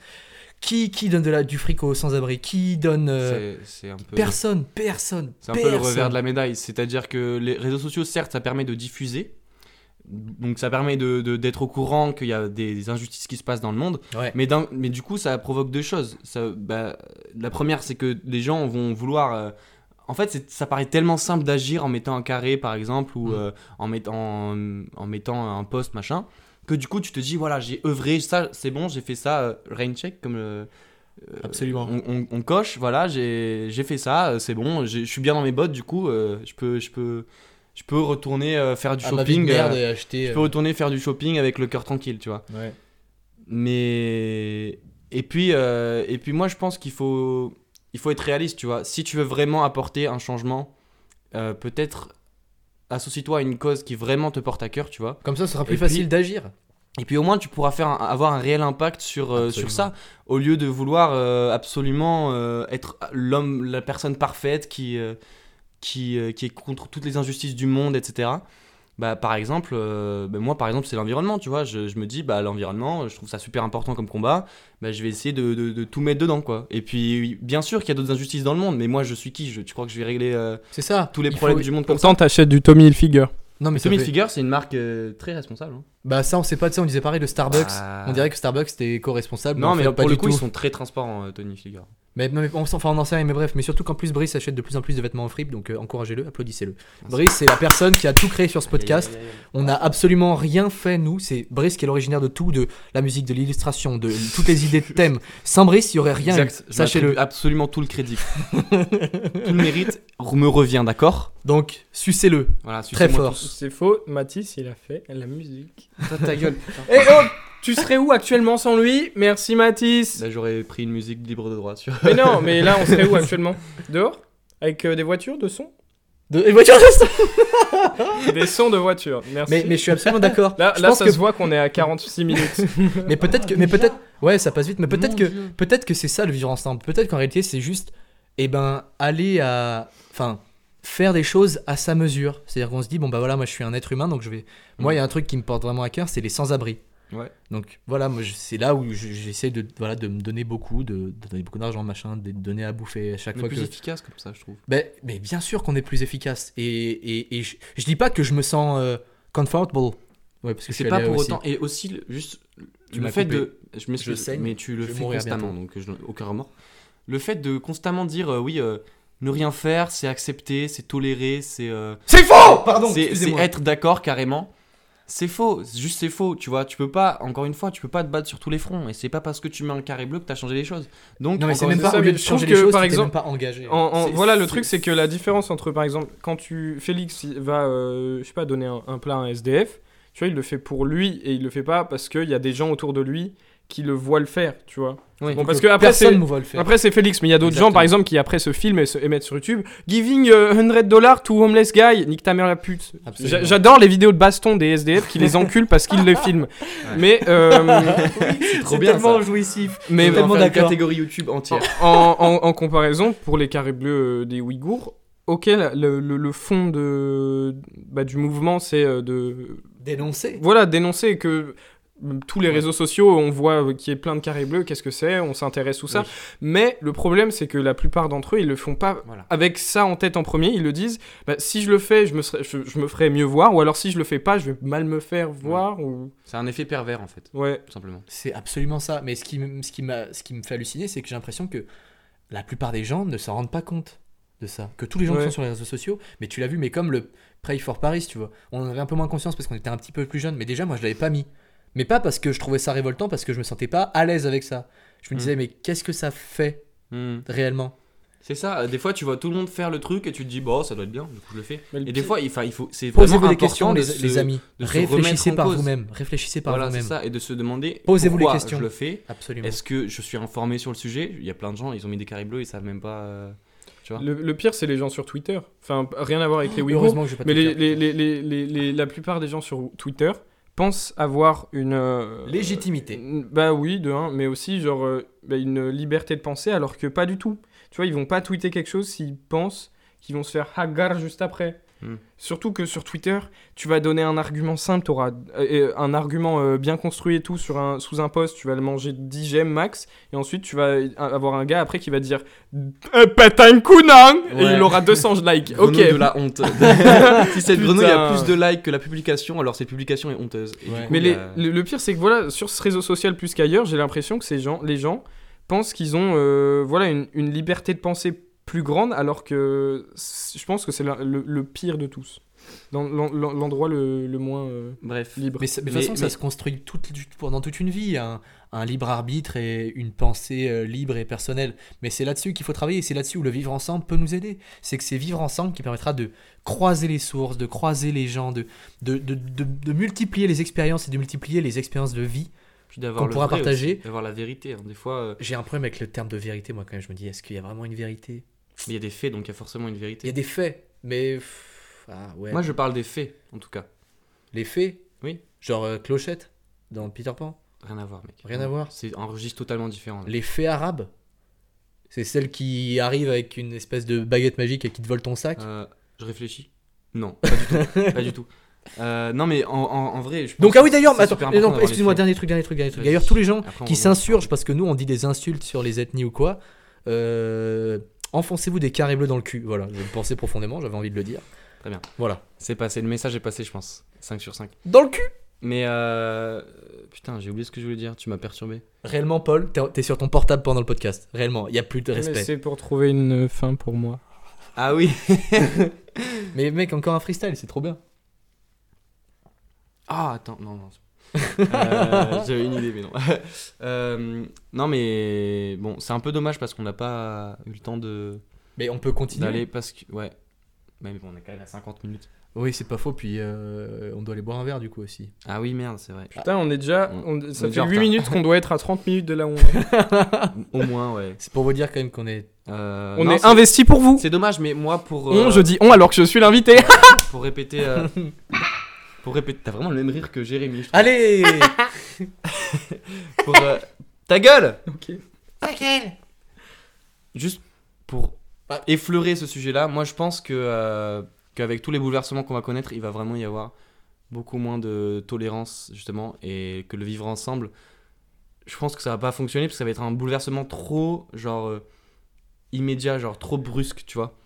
Speaker 3: Qui, qui donne de la, du fric aux sans-abri Qui donne. euh,
Speaker 2: C'est- C'est un peu.
Speaker 3: Personne, personne.
Speaker 2: C'est un peu le
Speaker 3: personne.
Speaker 2: revers de la médaille. C'est-à-dire que les réseaux sociaux, certes, ça permet de diffuser. Donc ça permet de- de- d'être au courant qu'il y a des, des injustices qui se passent dans le monde.
Speaker 3: Ouais.
Speaker 2: Mais, d'un- mais du coup, ça provoque deux choses. Ça, bah, la première, c'est que les gens vont vouloir... euh, en fait, c'est- ça paraît tellement simple d'agir en mettant un carré, par exemple, ou
Speaker 3: Mm.
Speaker 2: euh, en, mettant, en, mettant un post, machin, que du coup, tu te dis, voilà, j'ai œuvré, ça, c'est bon, j'ai fait ça, euh, rain check, comme... euh,
Speaker 3: Absolument.
Speaker 2: on, on- on coche, voilà, j'ai j'ai fait ça, euh, c'est bon, j'ai- je suis bien dans mes bottes, du coup, euh, je peux, je peux, je peux retourner euh, faire du
Speaker 3: Ah, ma vie de
Speaker 2: shopping.
Speaker 3: merde
Speaker 2: euh,
Speaker 3: et acheter.
Speaker 2: je peux
Speaker 3: euh,
Speaker 2: retourner faire du shopping avec le cœur tranquille, tu vois.
Speaker 3: ouais.
Speaker 2: Mais et puis, euh, et puis moi, je pense qu'il faut, il faut être réaliste, tu vois. Si tu veux vraiment apporter un changement, euh, peut-être associe-toi à une cause qui vraiment te porte à cœur, tu vois.
Speaker 3: Comme ça, ce sera
Speaker 2: Et
Speaker 3: plus
Speaker 2: puis-
Speaker 3: facile d'agir.
Speaker 2: Et puis au moins, tu pourras faire un- avoir un réel impact sur, euh, sur
Speaker 3: Absolument.
Speaker 2: ça, au lieu de vouloir euh, absolument euh, être l'homme, la personne parfaite qui, euh, qui, euh, qui est contre toutes les injustices du monde, etc. Bah, par exemple, euh, bah, moi, par exemple, c'est l'environnement, tu vois. Je, je me dis, bah, l'environnement, je trouve ça super important comme combat. Bah, je vais essayer de, de- de tout mettre dedans, quoi. Et puis, oui, bien sûr qu'il y a d'autres injustices dans le monde, mais moi, je suis qui je, Tu crois que je vais régler euh,
Speaker 3: C'est ça.
Speaker 2: tous les
Speaker 3: Il
Speaker 2: problèmes
Speaker 3: faut-
Speaker 2: du monde comme ça
Speaker 4: Pourtant, t'achètes du Tommy Hilfiger.
Speaker 3: Non, mais ça
Speaker 2: Tommy
Speaker 3: fait-
Speaker 2: Figure, c'est une marque euh, très responsable. hein.
Speaker 3: Bah ça, on sait pas de ça. On disait pareil de Starbucks.
Speaker 2: Ah.
Speaker 3: On dirait que Starbucks était co-responsable.
Speaker 2: Non,
Speaker 3: en
Speaker 2: mais
Speaker 3: fait,
Speaker 2: pour
Speaker 3: pas
Speaker 2: le
Speaker 3: du
Speaker 2: coup,
Speaker 3: tout.
Speaker 2: ils sont très transparents, euh, Tony Figure.
Speaker 3: Mais, non, mais on s'en enfin, on en sait rien, mais bref. Mais surtout qu'en plus, Brice achète de plus en plus de vêtements en fripe, donc euh, encouragez-le, applaudissez-le. Brice, c'est la personne qui a tout créé sur ce podcast. On n'a absolument rien fait, nous. C'est Brice qui est l'originaire de tout, de la musique, de l'illustration, de toutes les idées de thèmes. Sans Brice, il y aurait rien. eu.
Speaker 2: Exact. Je
Speaker 3: Sachez-le.
Speaker 2: m'attribue absolument tout le crédit. tout le mérite me revient, d'accord
Speaker 3: Donc, sucez-le.
Speaker 2: Voilà,
Speaker 3: Très
Speaker 2: sucez-moi
Speaker 3: fort.
Speaker 2: tous.
Speaker 4: C'est faux, Mathis, il a fait la musique.
Speaker 2: Toi, ta gueule.
Speaker 4: Eh oh Tu serais où actuellement sans lui Merci Mathis
Speaker 2: Là, j'aurais pris une musique libre de droit. Sur...
Speaker 4: Mais non, mais là, on serait où actuellement Dehors Avec euh, des voitures, de sons
Speaker 3: De... Et voiture reste-
Speaker 4: Des sons de voitures,
Speaker 2: Ah,
Speaker 4: merci.
Speaker 3: mais, mais je suis absolument d'accord.
Speaker 4: Là,
Speaker 3: Je
Speaker 4: là
Speaker 3: pense
Speaker 4: ça
Speaker 3: que-
Speaker 4: se voit qu'on est à 46 minutes.
Speaker 3: Mais peut-être que, mais peut-être, ouais, ça passe vite. Mais peut-être que, peut-être que c'est ça le vivre ensemble. Peut-être qu'en réalité, c'est juste, eh ben, aller à, enfin, faire des choses à sa mesure. C'est-à-dire qu'on se dit, bon bah voilà, moi je suis un être humain, donc je vais. Moi, il y a un truc qui me porte vraiment à cœur, c'est les sans-abri.
Speaker 2: Mm. Ouais.
Speaker 3: Donc voilà, moi je- c'est là où je- j'essaie de, voilà, de me donner beaucoup, de, de donner beaucoup d'argent, machin, de donner à bouffer à chaque
Speaker 2: On est
Speaker 3: fois
Speaker 2: plus
Speaker 3: que.
Speaker 2: efficace comme ça, je trouve.
Speaker 3: Ben, mais bien sûr qu'on est plus efficace. Et, et, et je, je dis pas que je me sens euh, comfortable. Ouais, parce que je
Speaker 2: C'est
Speaker 3: suis
Speaker 2: pas
Speaker 3: allé
Speaker 2: pour
Speaker 3: aussi.
Speaker 2: autant. Et aussi, le- juste
Speaker 3: Tu
Speaker 2: le
Speaker 3: m'as
Speaker 2: fait
Speaker 3: coupé.
Speaker 2: de. Je m'excuse,
Speaker 3: Je saigne.
Speaker 2: mais tu le
Speaker 3: Je vais
Speaker 2: fais
Speaker 3: mourir
Speaker 2: constamment, donc je n'ai aucun remords. Le fait de constamment dire euh, oui, euh, ne rien faire, c'est accepter, c'est tolérer, c'est. euh,
Speaker 3: C'est faux Oh, Pardon,
Speaker 2: c'est c'est
Speaker 3: excusez-moi.
Speaker 2: être d'accord carrément. C'est faux, c'est juste c'est faux, tu vois. Tu peux pas, encore une fois, tu peux pas te battre sur tous les fronts. Et c'est pas parce que tu mets un carré bleu que t'as changé les choses. Donc,
Speaker 3: Non mais c'est
Speaker 2: encore
Speaker 3: même
Speaker 2: une
Speaker 3: pas
Speaker 2: fois,
Speaker 4: ça,
Speaker 3: au lieu
Speaker 4: mais
Speaker 3: de
Speaker 4: je
Speaker 3: changer les
Speaker 4: trouve que,
Speaker 3: choses,
Speaker 4: par
Speaker 3: t'es
Speaker 4: exemple-
Speaker 3: même pas engagé. hein.
Speaker 4: En- en-
Speaker 2: C'est-
Speaker 4: voilà, le
Speaker 2: c'est-
Speaker 4: truc, c'est que la différence entre, par exemple, quand tu Félix il va, euh, je sais pas, donner un, un plat à un SDF, tu vois, il le fait pour lui et il le fait pas parce qu'il y a des gens autour de lui qui le voient le faire, tu vois.
Speaker 2: Oui.
Speaker 4: Bon,
Speaker 3: Donc, euh,
Speaker 4: parce que après, c'est-
Speaker 3: personne ne va le faire.
Speaker 4: Après, c'est Félix, mais il y a d'autres gens,
Speaker 2: Exactement.
Speaker 4: par exemple, qui après ce film et, se, et mettent sur YouTube Giving euh, 100 dollars to homeless guy, nique ta mère la pute.
Speaker 3: Absolument.
Speaker 4: J'a- J'adore les vidéos de baston des SDF qui les enculent parce qu'ils les filment. Mais, euh,
Speaker 2: c'est trop
Speaker 3: C'est
Speaker 2: bien.
Speaker 3: tellement
Speaker 2: ça.
Speaker 3: jouissif.
Speaker 4: mais
Speaker 3: tellement
Speaker 2: On va faire une
Speaker 3: d'accord. Oh.
Speaker 2: catégorie YouTube entière.
Speaker 4: en, en- en comparaison, pour les carrés bleus euh, des Ouïghours, ok, la- le, le- le fond de, bah, du mouvement, c'est euh, de
Speaker 3: Dénoncer.
Speaker 4: voilà, dénoncer que euh, tous les réseaux sociaux, on voit euh, qu'il y a plein de carrés bleus, qu'est-ce que c'est, on s'intéresse tout ça.
Speaker 2: Oui.
Speaker 4: Mais le problème, c'est que la plupart d'entre eux, ils le font pas
Speaker 2: Voilà.
Speaker 4: avec ça en tête en premier. Ils le disent, bah, si je le fais, je me, serai- je, je me ferai mieux voir, ou alors si je le fais pas, je vais mal me faire voir. Ou...
Speaker 2: C'est un effet pervers en fait,
Speaker 4: Ouais.
Speaker 2: tout simplement.
Speaker 3: C'est absolument ça. Mais ce qui, m- ce qui, m'a- ce qui me fait halluciner, c'est que j'ai l'impression que la plupart des gens ne s'en rendent pas compte de ça. Que tous les gens qui
Speaker 4: Ouais.
Speaker 3: sont sur les réseaux sociaux, mais tu l'as vu, mais comme le Pray for Paris, tu vois, on en avait un peu moins conscience parce qu'on était un petit peu plus jeune. Mais déjà, moi, je l'avais pas mis. Mais pas parce que je trouvais ça révoltant, parce que je me sentais pas à l'aise avec ça. Je me
Speaker 2: Mm.
Speaker 3: disais, mais qu'est-ce que ça fait
Speaker 2: Hmm.
Speaker 3: réellement
Speaker 2: C'est ça, euh, des fois tu vois tout le monde faire le truc et tu te dis, bon, ça doit être bien, du coup je le fais.
Speaker 4: Mais le
Speaker 2: Et des fois, il, fa- il faut. C'est vraiment
Speaker 3: Posez-vous des
Speaker 2: important
Speaker 3: questions,
Speaker 2: de
Speaker 3: les,
Speaker 2: se-
Speaker 3: les amis.
Speaker 2: de se remettre
Speaker 3: Réfléchissez
Speaker 2: en
Speaker 3: par
Speaker 2: cause.
Speaker 3: vous-même. Réfléchissez par
Speaker 2: Voilà, c'est
Speaker 3: vous-même.
Speaker 2: ça, et de se demander
Speaker 3: Posez-vous les
Speaker 2: pourquoi
Speaker 3: questions.
Speaker 2: je le fais.
Speaker 3: Absolument.
Speaker 2: Est-ce que je suis informé sur le sujet Il y a plein de gens, ils ont mis des carrés bleus, ils savent même pas. euh,
Speaker 4: Le, le pire, c'est les gens sur Twitter. Enfin, rien à voir avec les Ouïghours.
Speaker 3: Heureusement que j'ai pas de
Speaker 4: Mais les,
Speaker 3: Twitter.
Speaker 4: les- les- les- les- les- la plupart des gens sur Twitter pensent avoir une. euh,
Speaker 3: Légitimité.
Speaker 4: n- Bah oui, de un, mais aussi genre euh, bah, une liberté de penser alors que pas du tout. Tu vois, ils vont pas tweeter quelque chose s'ils pensent qu'ils vont se faire hagar juste après.
Speaker 2: Hmm.
Speaker 4: Surtout que sur Twitter, tu vas donner un argument simple, t'auras euh, euh, un argument euh, bien construit et tout sur un, sous un post, tu vas le manger 10 j'aime max, et ensuite tu vas euh, avoir un gars après qui va dire Euh, Pète un coup, non
Speaker 2: Ouais.
Speaker 4: Et il aura 200 likes. ok,
Speaker 2: Grenouille de la honte. si cette grenouille a
Speaker 4: Putain.
Speaker 2: plus de likes que la publication, alors cette publication est honteuse. Et du
Speaker 3: Ouais.
Speaker 2: coup,
Speaker 4: Mais
Speaker 2: il y
Speaker 4: les-
Speaker 2: a-
Speaker 4: le, le pire, c'est que voilà, sur ce réseau social plus qu'ailleurs, j'ai l'impression que ces gens, les gens pensent qu'ils ont euh, voilà, une, une liberté de pensée plus grande, alors que c- je pense que c'est la- le, le pire de tous. Dans l'en- l'en- l'endroit le, le moins euh,
Speaker 2: Bref.
Speaker 4: libre.
Speaker 3: Mais, ça- mais de
Speaker 2: Mais-
Speaker 3: toute façon, ça
Speaker 2: mais-
Speaker 3: se construit toute- toute- pendant toute une vie, un, un libre arbitre et une pensée euh, libre et personnelle. Mais c'est là-dessus qu'il faut travailler, c'est là-dessus où le vivre ensemble peut nous aider. C'est que c'est vivre ensemble qui permettra de croiser les sources, de croiser les gens, de, de, de, de- de multiplier les expériences et de multiplier les expériences de vie.
Speaker 2: Puis d'avoir
Speaker 3: qu'on
Speaker 2: le
Speaker 3: pourra
Speaker 2: vrai
Speaker 3: partager.
Speaker 2: aussi, D'avoir la vérité. hein. Des fois, euh,
Speaker 3: J'ai un problème avec le terme de vérité, moi, quand même. Je me dis, est-ce qu'il y a vraiment une vérité
Speaker 2: il y a des faits, donc il y a forcément une
Speaker 3: Il y
Speaker 2: vérité.
Speaker 3: a des faits, mais pff, Ah ouais.
Speaker 2: Moi, je parle des faits, en tout cas.
Speaker 3: Les fées
Speaker 2: Oui.
Speaker 3: Genre euh, Clochette dans Peter Pan
Speaker 2: Rien à voir, mec.
Speaker 3: Rien à voir.
Speaker 2: C'est un registre totalement différent. là.
Speaker 3: Les fées arabes C'est celle qui arrive avec une espèce de baguette magique et qui te vole ton sac
Speaker 2: Euh, je réfléchis. Non, pas du tout. pas du tout. Euh, non, mais en, en- en vrai, je pense
Speaker 3: Donc ah oui
Speaker 2: que
Speaker 3: d'ailleurs,
Speaker 2: c'est
Speaker 3: attends,
Speaker 2: super
Speaker 3: mais non,
Speaker 2: important d'avoir
Speaker 3: excuse-moi,
Speaker 2: les faits.
Speaker 3: dernier truc, dernier truc, dernier truc.
Speaker 2: Vas-y.
Speaker 3: D'ailleurs tous les gens
Speaker 2: Après, on
Speaker 3: qui
Speaker 2: va-
Speaker 3: s'insurgent parce que nous on dit des insultes sur les ethnies ou quoi, euh, enfoncez-vous des carrés bleus dans le cul. Voilà, je le pensais profondément, j'avais envie de le dire.
Speaker 2: Très bien.
Speaker 3: Voilà.
Speaker 2: C'est passé, le message est passé, je pense. 5 sur 5.
Speaker 3: Dans le cul
Speaker 2: Mais euh... putain, j'ai oublié ce que je voulais dire, tu m'as perturbé.
Speaker 3: Réellement Paul, t'es t'es sur ton portable pendant le podcast. Réellement, il y a plus de
Speaker 4: Mais
Speaker 3: respect.
Speaker 4: c'est pour trouver une euh, fin pour moi.
Speaker 2: Ah oui
Speaker 3: Mais, mec, encore un freestyle, c'est trop bien.
Speaker 2: Ah, attends, non, non. c'est bon. Euh, J'avais une idée, mais non. Euh, non, mais bon, c'est un peu dommage parce qu'on n'a pas eu le temps de
Speaker 3: Mais on peut continuer.
Speaker 2: d'aller parce que ouais. Bah, Mais bon, on est quand même à 50 minutes.
Speaker 3: Oui, c'est pas faux, puis euh, on doit aller boire un verre du coup aussi.
Speaker 2: Ah oui, merde, c'est vrai.
Speaker 4: Putain, on est déjà.
Speaker 2: On-
Speaker 4: on-
Speaker 2: on est
Speaker 4: ça
Speaker 2: déjà en
Speaker 4: fait 8
Speaker 2: retard.
Speaker 4: minutes qu'on doit être à 30 minutes de là où on est.
Speaker 2: Au moins, ouais.
Speaker 3: C'est pour vous dire quand même qu'on est.
Speaker 2: Euh,
Speaker 4: on
Speaker 2: non,
Speaker 4: est
Speaker 2: c'est-
Speaker 4: investi pour vous.
Speaker 2: C'est dommage, mais moi pour euh,
Speaker 4: On, je dis on alors que je suis l'invité.
Speaker 2: pour répéter euh, pour répéter, t'as vraiment le même rire que Jérémy. je trouve.
Speaker 3: Allez
Speaker 2: Pour, euh, ta gueule.
Speaker 6: Ta gueule
Speaker 2: juste pour effleurer ce sujet-là, moi je pense que euh, qu'avec tous les bouleversements qu'on va connaître, il va vraiment y avoir beaucoup moins de tolérance justement et que le vivre ensemble, je pense que ça va pas fonctionner parce que ça va être un bouleversement trop genre euh, immédiat, genre trop brusque, tu vois.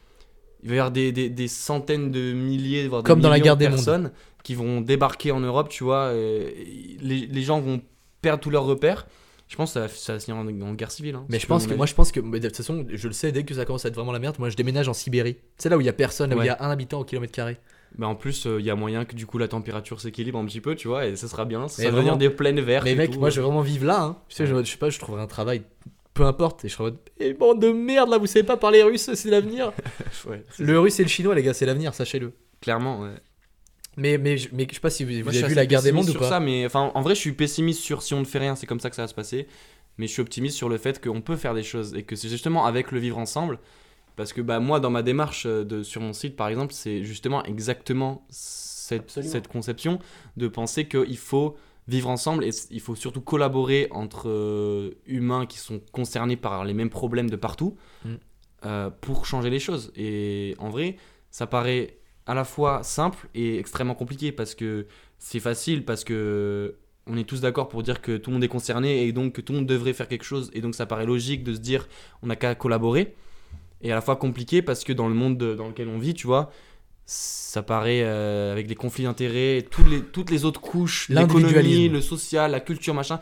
Speaker 2: Il va y avoir des, des- des centaines de milliers, voire des
Speaker 3: Comme dans la
Speaker 2: millions
Speaker 3: guerre
Speaker 2: de
Speaker 3: des mondes.
Speaker 2: personnes qui vont débarquer en Europe, tu vois. et les, les gens vont perdre tous leurs repères. Je pense que ça va, ça va se finir en, en guerre civile. hein.
Speaker 3: Mais
Speaker 2: Tu
Speaker 3: je
Speaker 2: peux
Speaker 3: pense que
Speaker 2: m'imaginer.
Speaker 3: moi je pense que mais de toute façon je le sais dès que ça commence à être vraiment la merde moi je déménage en Sibérie c'est là où il y a personne là où il y a un habitant au kilomètre carré
Speaker 2: Bah en plus, il y a moyen que du coup la température s'équilibre un petit peu, tu vois, et ça sera bien. Ça
Speaker 3: Mais
Speaker 2: va devenir
Speaker 3: vraiment.
Speaker 2: des plaines vertes.
Speaker 3: mais
Speaker 2: et
Speaker 3: mec
Speaker 2: tout. euh,
Speaker 3: moi je veux vraiment vivre là hein. tu sais je, je sais pas je trouverai un travail peu importe et je serai en mode eh bande de merde là vous savez pas parler russe c'est l'avenir
Speaker 2: Ouais,
Speaker 3: le russe et le chinois les gars c'est l'avenir sachez-le
Speaker 2: clairement. ouais.
Speaker 3: mais mais je- mais je sais pas si vous, vous
Speaker 2: Moi, je suis
Speaker 3: avez vu
Speaker 2: assez
Speaker 3: la guerre des
Speaker 2: pessimiste
Speaker 3: mondes
Speaker 2: sur
Speaker 3: ou pas
Speaker 2: ça, mais enfin, en vrai, je suis pessimiste sur si on ne fait rien, c'est comme ça que ça va se passer. Mais je suis optimiste sur le fait qu'on peut faire des choses et que c'est justement avec le vivre ensemble. Parce que bah, moi, dans ma démarche euh, de, sur mon site, par exemple, c'est justement exactement cette, cette conception de penser qu'il faut vivre ensemble et s- il faut surtout collaborer entre euh, humains qui sont concernés par les mêmes problèmes de partout
Speaker 3: Mm.
Speaker 2: euh, pour changer les choses. Et en vrai, ça paraît à la fois simple et extrêmement compliqué parce que c'est facile parce que on est tous d'accord pour dire que tout le monde est concerné et donc que tout le monde devrait faire quelque chose et donc ça paraît logique de se dire on n'a qu'à collaborer et à la fois compliqué parce que dans le monde de- dans lequel on vit tu vois ça paraît euh, avec les conflits d'intérêts tous les, toutes les autres couches l'économie
Speaker 3: L'individualisme.
Speaker 2: le social la culture machin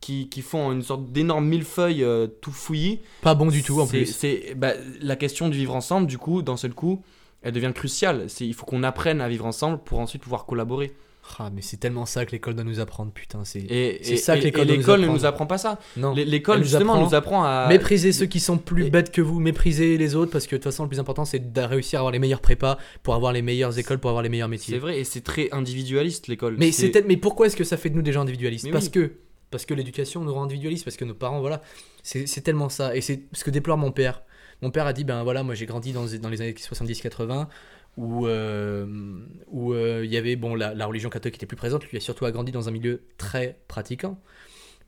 Speaker 2: qui, qui font une sorte d'énorme millefeuille euh, tout fouillis
Speaker 3: pas bon du tout en
Speaker 2: c'est-
Speaker 3: plus
Speaker 2: C'est bah, la question du vivre ensemble. Du coup, d'un seul coup, elle devient cruciale. C'est il faut qu'on apprenne à vivre ensemble pour ensuite pouvoir collaborer.
Speaker 3: ah mais c'est tellement ça que l'école doit nous apprendre putain c'est
Speaker 2: Et
Speaker 3: C'est
Speaker 2: et-
Speaker 3: ça que
Speaker 2: et-
Speaker 3: l'école
Speaker 2: et
Speaker 3: doit nous
Speaker 2: l'école ne
Speaker 3: apprendre.
Speaker 2: nous apprend pas ça.
Speaker 3: non
Speaker 2: L'é- L'école
Speaker 3: Elle nous
Speaker 2: justement
Speaker 3: apprend-
Speaker 2: nous apprend à
Speaker 3: Méprisez ceux qui sont plus
Speaker 2: euh, Et-
Speaker 3: bêtes que vous, méprisez les autres parce que de toute façon le plus important c'est de réussir à avoir les meilleurs prépas pour avoir les meilleures écoles, pour avoir les meilleurs
Speaker 2: C'est
Speaker 3: métiers.
Speaker 2: vrai et c'est très individualiste l'école.
Speaker 3: Mais c'est peut-être mais pourquoi est-ce que ça fait de nous des gens individualistes
Speaker 2: Mais
Speaker 3: Parce
Speaker 2: oui.
Speaker 3: que parce que l'éducation nous rend individualistes parce que nos parents voilà, c'est c'est tellement ça et c'est ce que déplore mon père. Mon père a dit ben voilà, moi j'ai grandi dans, dans les années 70-80 où euh, où euh, il y avait bon la, la religion catholique était plus présente, lui a surtout grandi dans un milieu très pratiquant.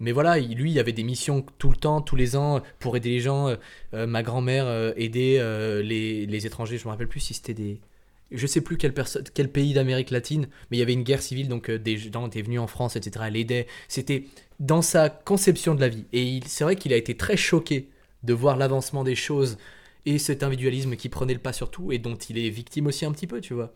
Speaker 3: Mais voilà, il- lui, il y avait des missions tout le temps, tous les ans, pour aider les gens. Euh, euh, ma grand-mère euh, aidait euh, les, les étrangers. Je me rappelle plus si c'était des. Je sais plus quelle perso- quel pays d'Amérique latine, mais il y avait une guerre civile, donc euh, des gens étaient venus en France, etc. Elle aidait. C'était dans sa conception de la vie. Et il- c'est vrai qu'il a été très choqué de voir l'avancement des choses et cet individualisme qui prenait le pas sur tout et dont il est victime aussi un petit peu, tu vois.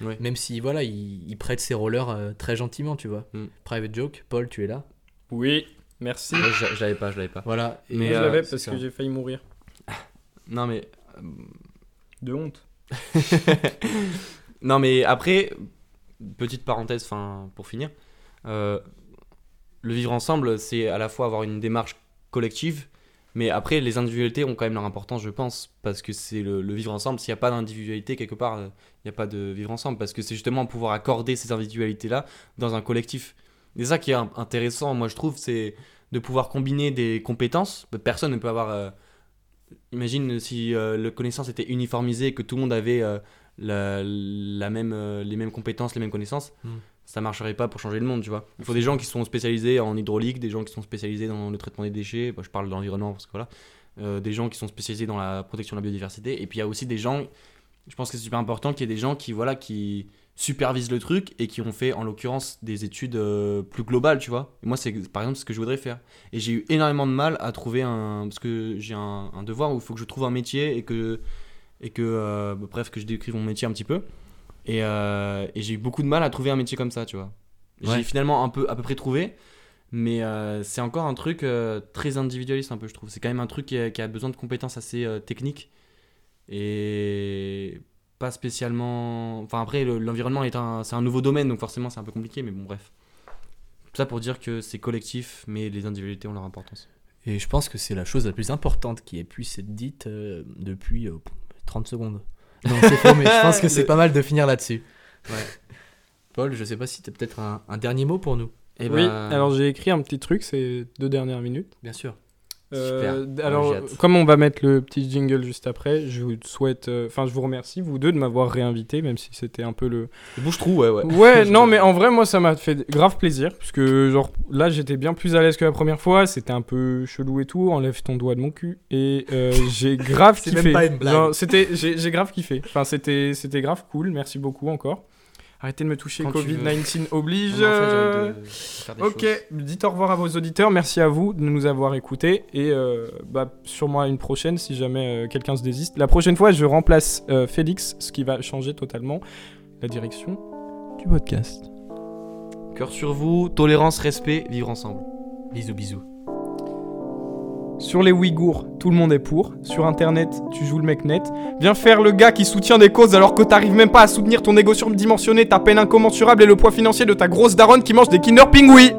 Speaker 2: Ouais.
Speaker 3: Même si, voilà, il, il prête ses rollers euh, très gentiment, tu vois.
Speaker 2: Mm.
Speaker 3: Private joke, Paul, tu es là.
Speaker 4: Oui, merci.
Speaker 2: Ouais, j'a- J'avais pas, je l'avais pas.
Speaker 3: Voilà. Et-
Speaker 2: Mais,
Speaker 4: Moi, je
Speaker 2: euh,
Speaker 4: l'avais
Speaker 2: c'est
Speaker 4: parce
Speaker 2: ça.
Speaker 4: que j'ai failli mourir.
Speaker 2: Non mais euh,
Speaker 4: De honte.
Speaker 2: non mais après petite parenthèse, enfin pour finir, euh, le vivre ensemble, c'est à la fois avoir une démarche collective, mais après, les individualités ont quand même leur importance, je pense, parce que c'est le, le vivre ensemble. S'il n'y a pas d'individualité quelque part, euh, il n'y a pas de vivre ensemble, parce que c'est justement pouvoir accorder ces individualités-là dans un collectif. Et ça qui est un- intéressant, moi je trouve, c'est de pouvoir combiner des compétences. Bah, Personne ne peut avoir. euh, imagine si euh, le connaissance était uniformisée et que tout le monde avait euh, la, la même, euh, les mêmes compétences, les mêmes connaissances,
Speaker 3: Mm.
Speaker 2: ça marcherait pas pour changer le monde, tu vois. Il faut des gens qui sont spécialisés en hydraulique, des gens qui sont spécialisés dans le traitement des déchets, bah, je parle de l'environnement parce que voilà, euh, des gens qui sont spécialisés dans la protection de la biodiversité, et puis il y a aussi des gens, je pense que c'est super important qu'il y ait des gens qui, voilà, qui supervisent le truc et qui ont fait en l'occurrence des études euh, plus globales, tu vois. Et moi, c'est par exemple ce que je voudrais faire. Et j'ai eu énormément de mal à trouver un. Parce que j'ai un, un devoir où il faut que je trouve un métier et que. Et que euh, bah, bref, que je décrive mon métier un petit peu. Et, euh, et j'ai eu beaucoup de mal à trouver un métier comme ça, tu vois.
Speaker 3: Ouais.
Speaker 2: J'ai finalement un peu, à peu près trouvé. Mais euh, c'est encore un truc euh, très individualiste, un peu, je trouve. C'est quand même un truc qui a, qui a besoin de compétences assez euh, techniques. Et pas spécialement. Enfin, après, le- l'environnement est un, c'est un nouveau domaine, donc forcément, c'est un peu compliqué, mais bon, bref. Tout ça pour dire que c'est collectif, mais les individualités ont leur importance.
Speaker 3: Et je pense que c'est la chose la plus importante qui ait pu être dite euh, depuis euh, 30 secondes. Non, c'est faux, mais je pense que c'est pas mal de finir là-dessus.
Speaker 2: Ouais.
Speaker 3: Paul, je sais pas si t'as peut-être un, un dernier mot pour nous.
Speaker 2: Et
Speaker 4: oui,
Speaker 2: ben,
Speaker 4: alors j'ai écrit un petit truc, c'est deux dernières minutes.
Speaker 3: Bien sûr.
Speaker 4: Euh,
Speaker 3: Super.
Speaker 4: alors,
Speaker 3: Ouais, j'ai hâte.
Speaker 4: comme on va mettre le petit jingle juste après, je vous souhaite, euh, enfin, je vous remercie vous deux de m'avoir réinvité, même si c'était un peu le.
Speaker 2: bouche-trou, ouais, ouais.
Speaker 4: Ouais, non, mais en vrai, moi, ça m'a fait grave plaisir, parce que genre là, j'étais bien plus à l'aise que la première fois. C'était un peu chelou et tout. Enlève ton doigt de mon cul et euh, j'ai grave
Speaker 3: C'est
Speaker 4: kiffé.
Speaker 3: même pas une blague.
Speaker 4: Genre, C'était, j'ai j'ai grave kiffé. Enfin, c'était, c'était grave cool. Merci beaucoup encore. Arrêtez de me toucher,
Speaker 2: Quand tu veux.
Speaker 4: Covid 19 oblige.
Speaker 2: Non, mais en fait, j'ai envie de faire des
Speaker 4: Ok,
Speaker 2: choses.
Speaker 4: dites au revoir à vos auditeurs, merci à vous de nous avoir écoutés et euh, bah, sûrement à une prochaine si jamais euh, quelqu'un se désiste. La prochaine fois, je remplace euh, Félix, ce qui va changer totalement la direction du podcast.
Speaker 2: Cœur sur vous, tolérance, respect, vivre ensemble.
Speaker 3: Bisous, bisous.
Speaker 4: Sur les Ouïghours, tout le monde est pour. Sur Internet, tu joues le mec net. Viens faire le gars qui soutient des causes alors que t'arrives même pas à soutenir ton égo surdimensionné, ta peine incommensurable et le poids financier de ta grosse daronne qui mange des Kinder Pingouis.